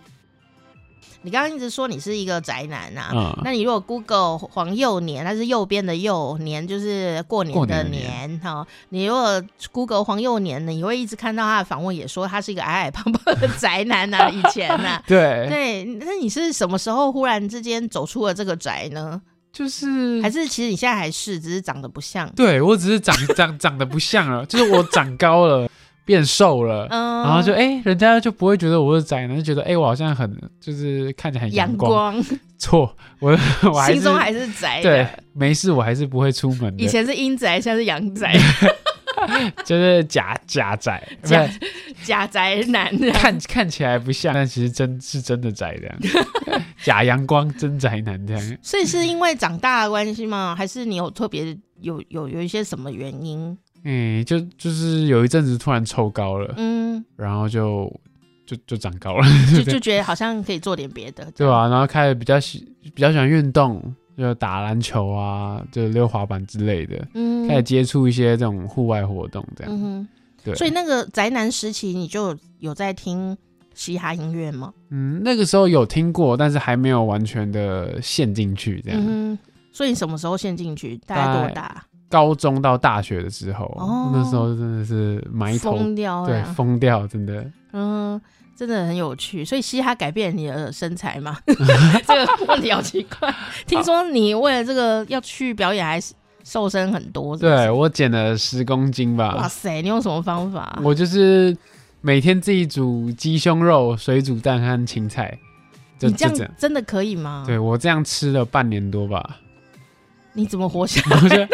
S1: 你刚刚一直说你是一个宅男呐、
S2: 嗯
S1: 那你如果 Google 黄幼年，它是右边的幼年，就是过年
S2: 过
S1: 的
S2: 年的
S1: 年哈、哦你如果 Google 黄幼年呢，你会一直看到他的访问，也说他是一个矮矮胖胖 的宅男呐、以前呐、
S2: 对，
S1: 对，那你是什么时候忽然之间走出了这个宅呢？
S2: 就是
S1: 还是其实你现在还是，只是长得不像？
S2: 对我只是长长长得不像了，就是我长高了，变瘦了，
S1: 嗯
S2: 然后就哎、人家就不会觉得我是宅男，就觉得哎、我好像很就是看起来很
S1: 嗯阳
S2: 光。
S1: 光，
S2: 错，我 我还是
S1: 心中还是宅
S2: 对
S1: 的。，
S2: 没事，我还是不会出门
S1: 以
S2: 的，
S1: 前是阴宅，现在是阳宅，
S2: 就是假假宅，不
S1: 假
S2: 是
S1: 假宅 男。
S2: 看看起来不像，但其实真是真的宅这样， 假阳光真宅男这样。
S1: 所以是因为长大的关系吗？还是你有特别有有有一些什么原因？
S2: 嗯，就就是有一阵子突然抽高了，
S1: 嗯，
S2: 然后就就就长高了，
S1: 就
S2: 这样
S1: 就觉得好像可以做点别的，
S2: 对啊吧、？然后开始比较喜比较喜欢运动，就打篮球啊，就溜滑板之类的，
S1: 嗯
S2: 开始接触一些这种户外活动这样。
S1: 嗯哼，
S2: 对，
S1: 所以那个宅男时期，你就有在听嘻哈音乐吗？
S2: 嗯，那个时候有听过，但是还没有完全的陷进去这样。
S1: 嗯哼，所以你什么时候陷进去？大概多大？
S2: 高中到大学的时候，
S1: 哦
S2: 那时候真的是埋头
S1: 疯掉啊
S2: 对
S1: 了，
S2: 疯掉，真的
S1: 嗯，真的很有趣。所以嘻哈改变你的身材 吗？这个问题好奇怪。听说你为了这个要去表演，还瘦身很多是不是
S2: 对我减了十公斤
S1: 哇
S2: 吧。
S1: 塞，你用什么方法？
S2: 我就是每天自己煮鸡胸肉、水煮蛋和青菜，就
S1: 你这
S2: 就这
S1: 样
S2: 样。
S1: 真的可以吗？
S2: 对，我这样吃了半年多吧，
S1: 你怎么活下
S2: 我觉得，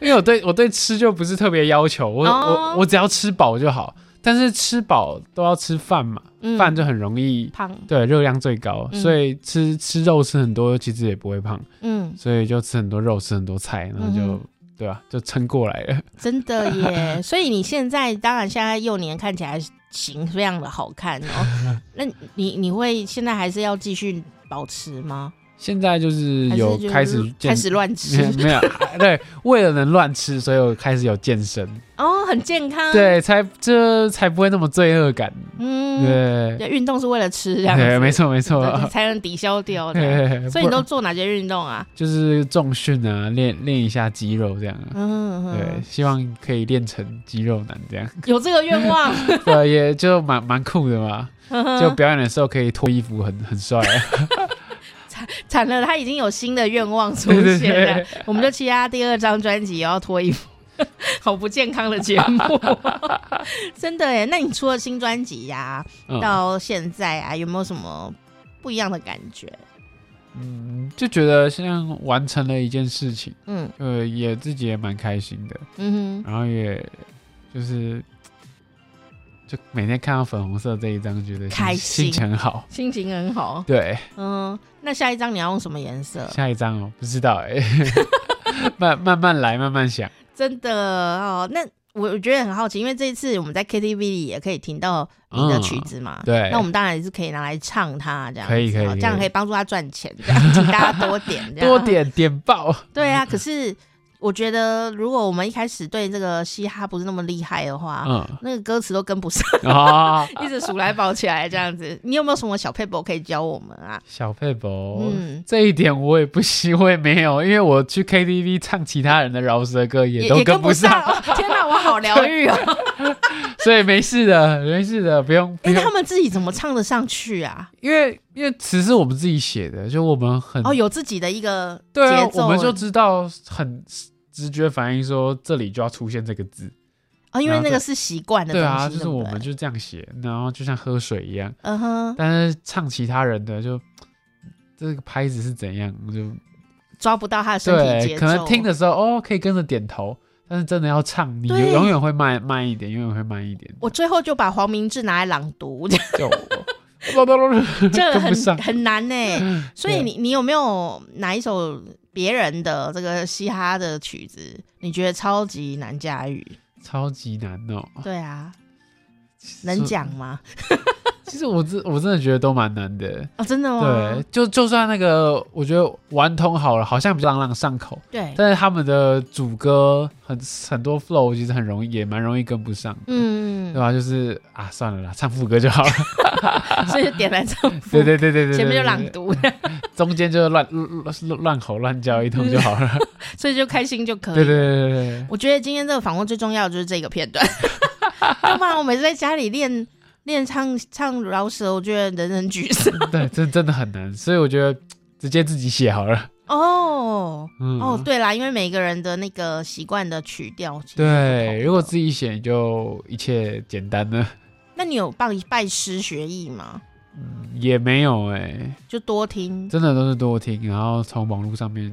S2: 因为我对我对吃就不是特别要求，我、
S1: 哦
S2: 我我只要吃饱就好。但是吃饱都要吃饭嘛，
S1: 嗯
S2: 饭、就很容易
S1: 胖？
S2: 对热量最高，
S1: 嗯
S2: 所以吃吃肉吃很多其实也不会胖，
S1: 嗯，
S2: 所以就吃很多肉吃很多菜，然后就、
S1: 嗯
S2: 对吧、就撑过来了。
S1: 真的 耶。所以你现在当然现在幼年看起来型非常的好看 哦。那你你会现在还是要继续保持吗？
S2: 现在就是
S1: 还是
S2: 有
S1: 就是
S2: 开始健
S1: 开始乱吃
S2: 没有 对，为了能乱吃，所以我开始有健身，
S1: 哦，很健康。，
S2: 对，才这才不会那么罪恶感，
S1: 嗯，
S2: 对
S1: 对，运动是为了吃这样子，
S2: 对， 没错没
S1: 对，
S2: 错。
S1: 才能抵消掉
S2: 嘿
S1: 的。
S2: 嘿嘿
S1: 所以你
S2: 不
S1: 都
S2: 然
S1: 做哪些运动啊？
S2: 就是重训啊，练练一下肌肉这样啊。
S1: 嗯，
S2: 对，
S1: 嗯
S2: 希望可以练成肌肉男这样，
S1: 有这个愿望，嗯
S2: 对，也就蛮蛮酷的嘛。就表演的时候可以脱衣服很，很帅。啊
S1: 惨了，他已经有新的愿望出
S2: 对对
S1: 现
S2: 对
S1: 了。我们就期待他第二张专辑也要脱衣服， 好不健康的节 目，真的耶。那你出了新专辑呀，
S2: 嗯，
S1: 到现在啊，有没有什么不一样的感觉？
S2: 嗯就觉得像完成了一件事情，
S1: 嗯
S2: 呃，也自己也蛮开心的，
S1: 嗯哼，
S2: 然后也就是就每天看到粉红色这一张，觉得心
S1: 开心
S2: 心情很好。
S1: 心情很好。
S2: 对，
S1: 嗯，那下一张你要用什么颜色？
S2: 下一张哦，不知道 哎、慢慢慢来，慢慢想。
S1: 真的哦，那我我觉得很好奇，因为这一次我们在 KTV 里也可以听到你的
S2: 嗯
S1: 曲子嘛。
S2: 对，
S1: 那我们当然也是可以拿来唱它，这样子
S2: 可以可以
S1: 哦
S2: 可以
S1: 这样可以帮助他赚钱，这 样请大家多点，这样啊
S2: 多点点爆。
S1: 对啊，可是我觉得，如果我们一开始对这个嘻哈不是那么厉害的话，
S2: 嗯
S1: 那个歌词都跟不上，
S2: 啊，
S1: 一直数来宝起来这样子。你有没有什么小 paper 可以教我们啊？
S2: 小佩博，
S1: 嗯，
S2: 这一点我也不希我也没有，因为我去 KTV 唱其他人的饶舌歌也都
S1: 也
S2: 跟
S1: 跟
S2: 不
S1: 上。
S2: 上，
S1: 哦、天哪，我好 疗 愈哦！
S2: 所以没事的，没事的，不用不
S1: 哎、
S2: 用
S1: 他，们自己怎么唱得上去啊？
S2: 因为因为词是我们自己写的，就我们很
S1: 哦，有自己的一个节
S2: 嗯对啊，
S1: 奏，
S2: 我们就知道很直觉反应说这里就要出现这个字，
S1: 哦，因为
S2: 然后
S1: 那个
S2: 就是
S1: 习惯的东
S2: 对
S1: 西，
S2: 啊，就是
S1: 对不
S2: 我
S1: 对
S2: 们就这样写，然后就像喝水一样，
S1: 嗯哼，
S2: 但是唱其他人的就这个拍子是怎样就
S1: 抓不到他的身体
S2: 对，
S1: 节奏，
S2: 可能听的时候哦可以跟着点头，但是真的要唱，你
S1: 对
S2: 永远会慢慢一点，永远会慢一点。
S1: 我最后就把黄明志拿来朗读，
S2: 就不不不不
S1: 这
S2: 跟不
S1: 很
S2: 上
S1: 很难呢、 所以
S2: 对
S1: 你你有没有哪一首别人的这个嘻哈的曲子，你觉得超级难驾驭？
S2: 超级难哦。
S1: 对啊，
S2: 其实
S1: 能讲吗？
S2: 其实我真我真的觉得都蛮难的。
S1: 哦，真的吗
S2: 对？，就就算那个我觉得顽童好了，好像比较朗朗上口，
S1: 对对，
S2: 但是他们的主歌很很多 flow 其实很容易也蛮容易跟不上。嗯，
S1: 嗯，嗯
S2: 对吧？就是啊，算了啦，唱副歌 就好了。
S1: 所以就点燃唱副，
S2: 对对对对对，
S1: 前面就
S2: 对
S1: 朗
S2: 对
S1: 读，
S2: 中间就乱乱乱吼乱叫一通就好 了。
S1: 所以就开心就可以。
S2: 对对对对对，
S1: 我觉得今天这个访问最重要的就是这个片段， 要不然我每次在家里练练唱唱饶舌，我觉得人人沮丧。
S2: 对，真真的很难，所以我觉得直接自己写好了。
S1: 哦、
S2: 嗯，
S1: 哦，对啦，因为每个人的那个习惯的曲调其实是不同 的
S2: 对，如果自己写你就一切简单了，
S1: 那你有拜拜师学艺吗？
S2: 也没有哎、
S1: 就多听，
S2: 真的都是多听，然后从网络上面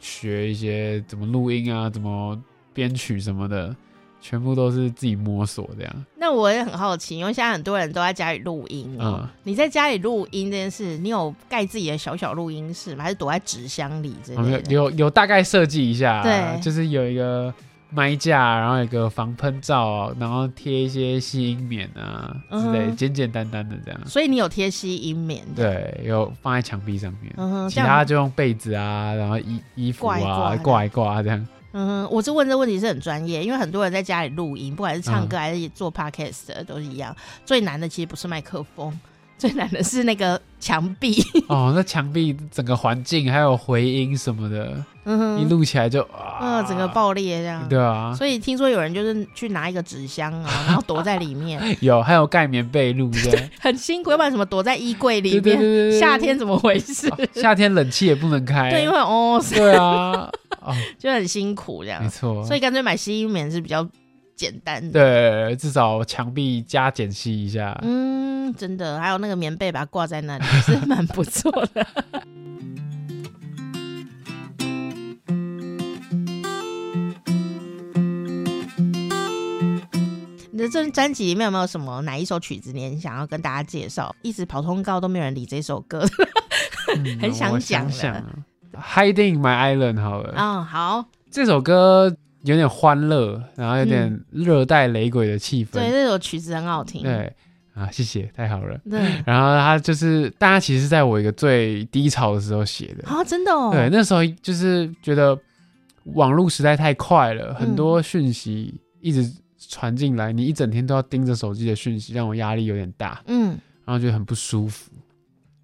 S2: 学一些怎么录音啊，怎么编曲什么的，全部都是自己摸索这样。
S1: 那我也很好奇，因为现在很多人都在家里录音、哦。
S2: 嗯，
S1: 你在家里录音这件事，你有盖自己的小小录音室吗？还是躲在纸箱里之
S2: 我们
S1: 类的？
S2: 有有有大概设计一下，啊
S1: 对
S2: 就是有一个麦架，然后有一个防喷罩，然后贴一些吸音棉啊之类，
S1: 嗯哼
S2: 简简单单的这样。
S1: 所以你有贴吸音棉，，
S2: 对，有放在墙壁上面，
S1: 嗯哼，
S2: 其
S1: 这样
S2: 他就用被子啊，然后衣衣服
S1: 挂一挂
S2: 啊
S1: 这样
S2: 挂一挂这样。
S1: 嗯，我是问这问题是很专业，因为很多人在家里录音，不管是
S2: 嗯
S1: 唱歌还是做 podcast 的，都是一样。最难的其实不是麦克风，最难的是那个墙壁。
S2: 哦，那墙壁整个环境还有回音什么的，
S1: 嗯
S2: 一
S1: 哼，
S2: 录起来就啊，
S1: 嗯，整个爆裂这样。
S2: 对啊，
S1: 所以听说有人就是去拿一个纸箱啊，然后躲在里 面，
S2: 有还有盖棉被录的，
S1: 很辛苦。要不然什么躲在衣柜里
S2: 对对
S1: 面，
S2: 对对对，
S1: 夏天怎么回事？
S2: 哦夏天冷气也不能开，
S1: 对，因为哦，
S2: 对啊，哦，
S1: 就很辛苦这样
S2: 没。错，
S1: 所以干脆买吸音棉是比较简单的。
S2: 对，至少墙壁加减息一下。
S1: 嗯，真的，还有那个棉被把它挂在那里， 是蛮不错的。 你的这张专辑里面有没有什么哪一首曲子你很想要跟大家介绍？一直跑通告都没有人理这首歌
S2: 嗯
S1: 很想
S2: 我
S1: 讲
S2: 想
S1: 了
S2: 想啊 Hiding My Island 好了，
S1: 啊、好，
S2: 这首歌有点欢乐，然后有点热带雷鬼的气
S1: 对，
S2: 氛。
S1: 这首曲子很好听。
S2: 对啊，谢谢，太好了。
S1: 对，
S2: 然后它就是，大家其实在我一个最低潮的时候写的。
S1: 啊，真的哦。
S2: 对，那时候就是觉得网络时代太快
S1: 嗯
S2: 了，很多讯息一直传进来，你一整天都要盯着手机的讯息，让我压力有点大，
S1: 嗯
S2: 然后觉得很不舒服。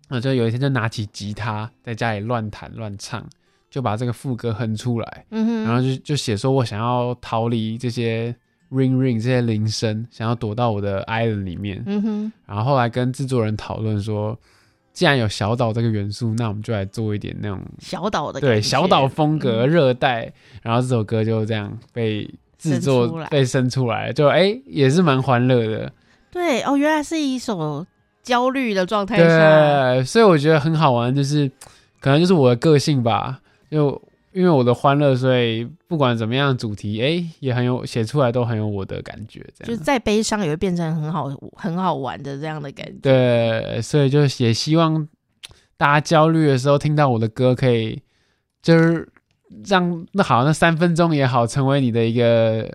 S2: 然后就有一天就拿起吉他，在家里乱弹乱唱，就把这个副歌哼出来，
S1: 嗯哼，
S2: 然后就就写说我想要逃离这些 ring ring 这些铃声，想要躲到我的 island 里面。
S1: 嗯哼，
S2: 然后后来跟制作人讨论说，既然有小岛这个元素，那我们就来做一点那种
S1: 小岛的
S2: 对
S1: 感
S2: 小
S1: 觉
S2: 岛风格
S1: 嗯
S2: 热带，然后这首歌就这样被制
S1: 生出
S2: 作
S1: 来
S2: 被生出来，就哎、也是蛮欢乐的，
S1: 对哦，原来是一首焦虑的状态下，
S2: 对，所以我觉得很好玩，就是可能就是我的个性吧，就因为我的欢乐，所以不管怎么样主题，哎、也很有写出来都很有我的感觉，这
S1: 就是
S2: 样。
S1: 再悲伤也会变成很好很好玩的这样的感觉。
S2: 对，所以就也希望大家焦虑的时候听到我的歌，可以就是让那好，那三分钟也好，成为你的一个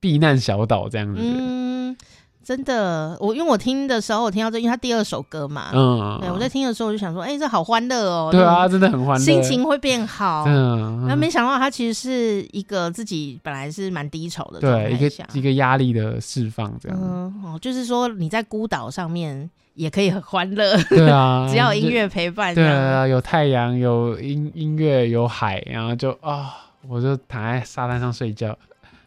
S2: 避难小岛这样子。
S1: 嗯，真的，我因为我听的时候，我听到这，因为它第二首歌嘛，
S2: 嗯，
S1: 对我在听的时候我就想说，哎、这好欢乐哦，
S2: 对啊，
S1: 那种，
S2: 真的很欢乐，
S1: 心情会变好。
S2: 嗯，
S1: 那没想到它其实是一个自己本来是蛮低潮的状
S2: 对一
S1: 态下
S2: 个，一个压力的释放这样子。
S1: 嗯，哦，就是说你在孤岛上面也可以很欢乐，
S2: 对啊，
S1: 只要有
S2: 就
S1: 音。乐陪伴，
S2: 对，啊，有太阳，有音音乐，有海，然后就啊、我就躺在沙滩上睡觉，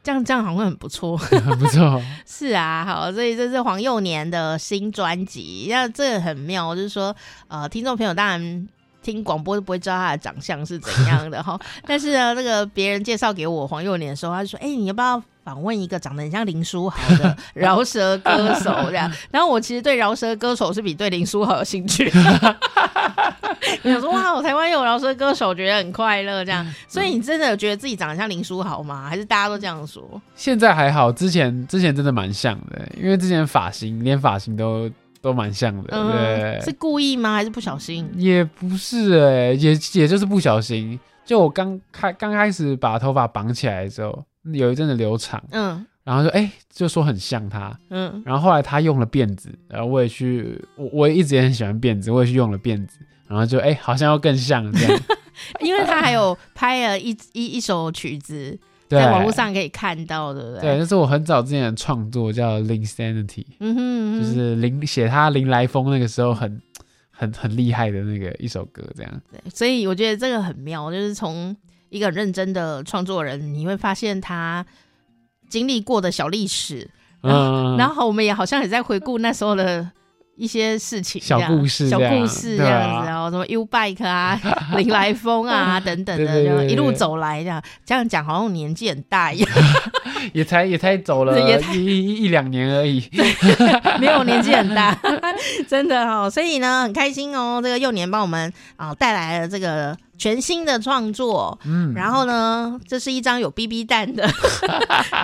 S1: 这样这样好像很不错。
S2: 很不错。
S1: 是啊，好，所以这是黄幼年的新专辑，那这个很妙，就是说，呃，听众朋友当然。听广播都不会知道他的长相是怎样的哈，但是呃呢，那个别人介绍给我黄幼年的时候，他就说：“哎、你要不要访问一个长得很像林书豪的饶舌歌手？”这样，然后我其实对饶舌歌手是比对林书豪有兴趣。 我想说：“哇，我台湾有饶舌歌手，觉得很快乐。”这样，所以你真的有觉得自己长得像林书豪吗？还是大家都这样说？
S2: 现在还好，之前之前真的蛮像的，因为之前发型连发型都都蛮像的，
S1: 嗯，是
S2: 对，
S1: 故意吗？还是不小心？
S2: 也不是哎、也也就是不小心。就我刚开刚开始把头发绑起来之后，有一阵子留长，
S1: 嗯
S2: 然后就哎、就说很像他，
S1: 嗯
S2: 然后后来他用了辫子，然后我也去，我我一直也很喜欢辫子，我也去用了辫子，然后就哎、 好像要更像这样，，
S1: 因为他还有拍了一一一首曲子，
S2: 对，
S1: 在网络上可以看到，对不对？
S2: 对，那是我很早之前的创作，叫《Linsanity》，
S1: 嗯哼嗯哼，
S2: 就是林写他林来疯那个时候很很很厉害的那个一首歌，这样。
S1: 所以我觉得这个很妙，就是从一个很认真的创作人，你会发现他经历过的小历史，然
S2: 嗯，
S1: 然后我们也好像也在回顾那时候的一些事情这
S2: 小
S1: 样，
S2: 故事
S1: 小
S2: 这样
S1: 故事这
S2: 对啊
S1: 样子，然后什么 U Bike 啊、林来疯啊等等的，
S2: 对对对
S1: 就一路
S2: 对对
S1: 走来这样，这样讲好像年纪很大一样，
S2: 也才也才走了
S1: 也才
S2: 一一一两年 而已。
S1: 没有年纪很大， 真的哦。所以呢，很开心哦，这个幼年帮我们啊、带来了这个全新的创作。
S2: 嗯，
S1: 然后呢，这是一张有 BB 弹 的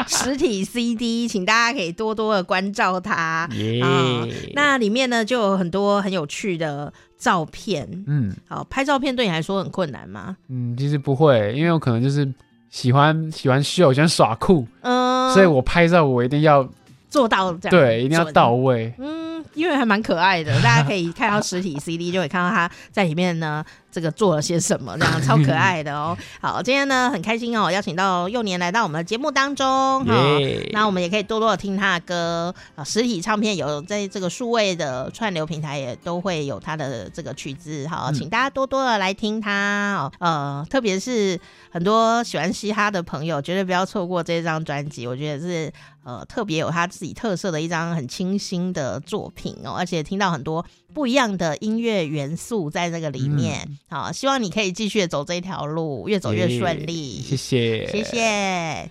S1: 实体 CD，请大家可以多多的关照它。
S2: 耶
S1: 啊，那里面呢就有很多很有趣的照片。
S2: 嗯
S1: 好，拍照片对你来说很困难吗？
S2: 嗯，其实不会，因为我可能就是喜欢喜欢秀，喜欢耍酷，
S1: 嗯、
S2: 所以我拍照我一定要
S1: 做到这样，
S2: 对，一定要
S1: 准
S2: 到。位。
S1: 嗯，因为还蛮可爱的，大家可以看到实体 CD，就会看到他在里面呢，这个做了些什么，这样超可爱的哦。好，今天呢很开心哦，邀请到幼年来到我们的节目当中哈。
S2: 耶
S1: 那我们也可以多多的听他的歌，啊，实体唱片有在这个数位的串流平台也都会有他的这个曲子，好，
S2: 嗯
S1: 请大家多多的来听他哦，呃，特别是很多喜欢嘻哈的朋友，绝对不要错过这张专辑，我觉得是呃特别有他自己特色的一张很清新的作品哦，而且听到很多不一样的音乐元素在这个里面，
S2: 嗯
S1: 好，希望你可以继续地走这条路，越走越顺利，
S2: 谢谢，
S1: 谢谢。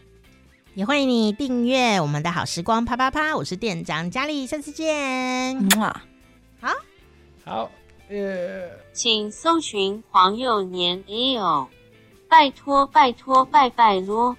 S1: 也欢迎你订阅我们的好时光啪啪啪，我是店长佳丽，下次见。
S4: 嗯啊。
S2: 好，呃。
S3: 请搜寻黄幼年 A O，拜托拜托拜拜咯。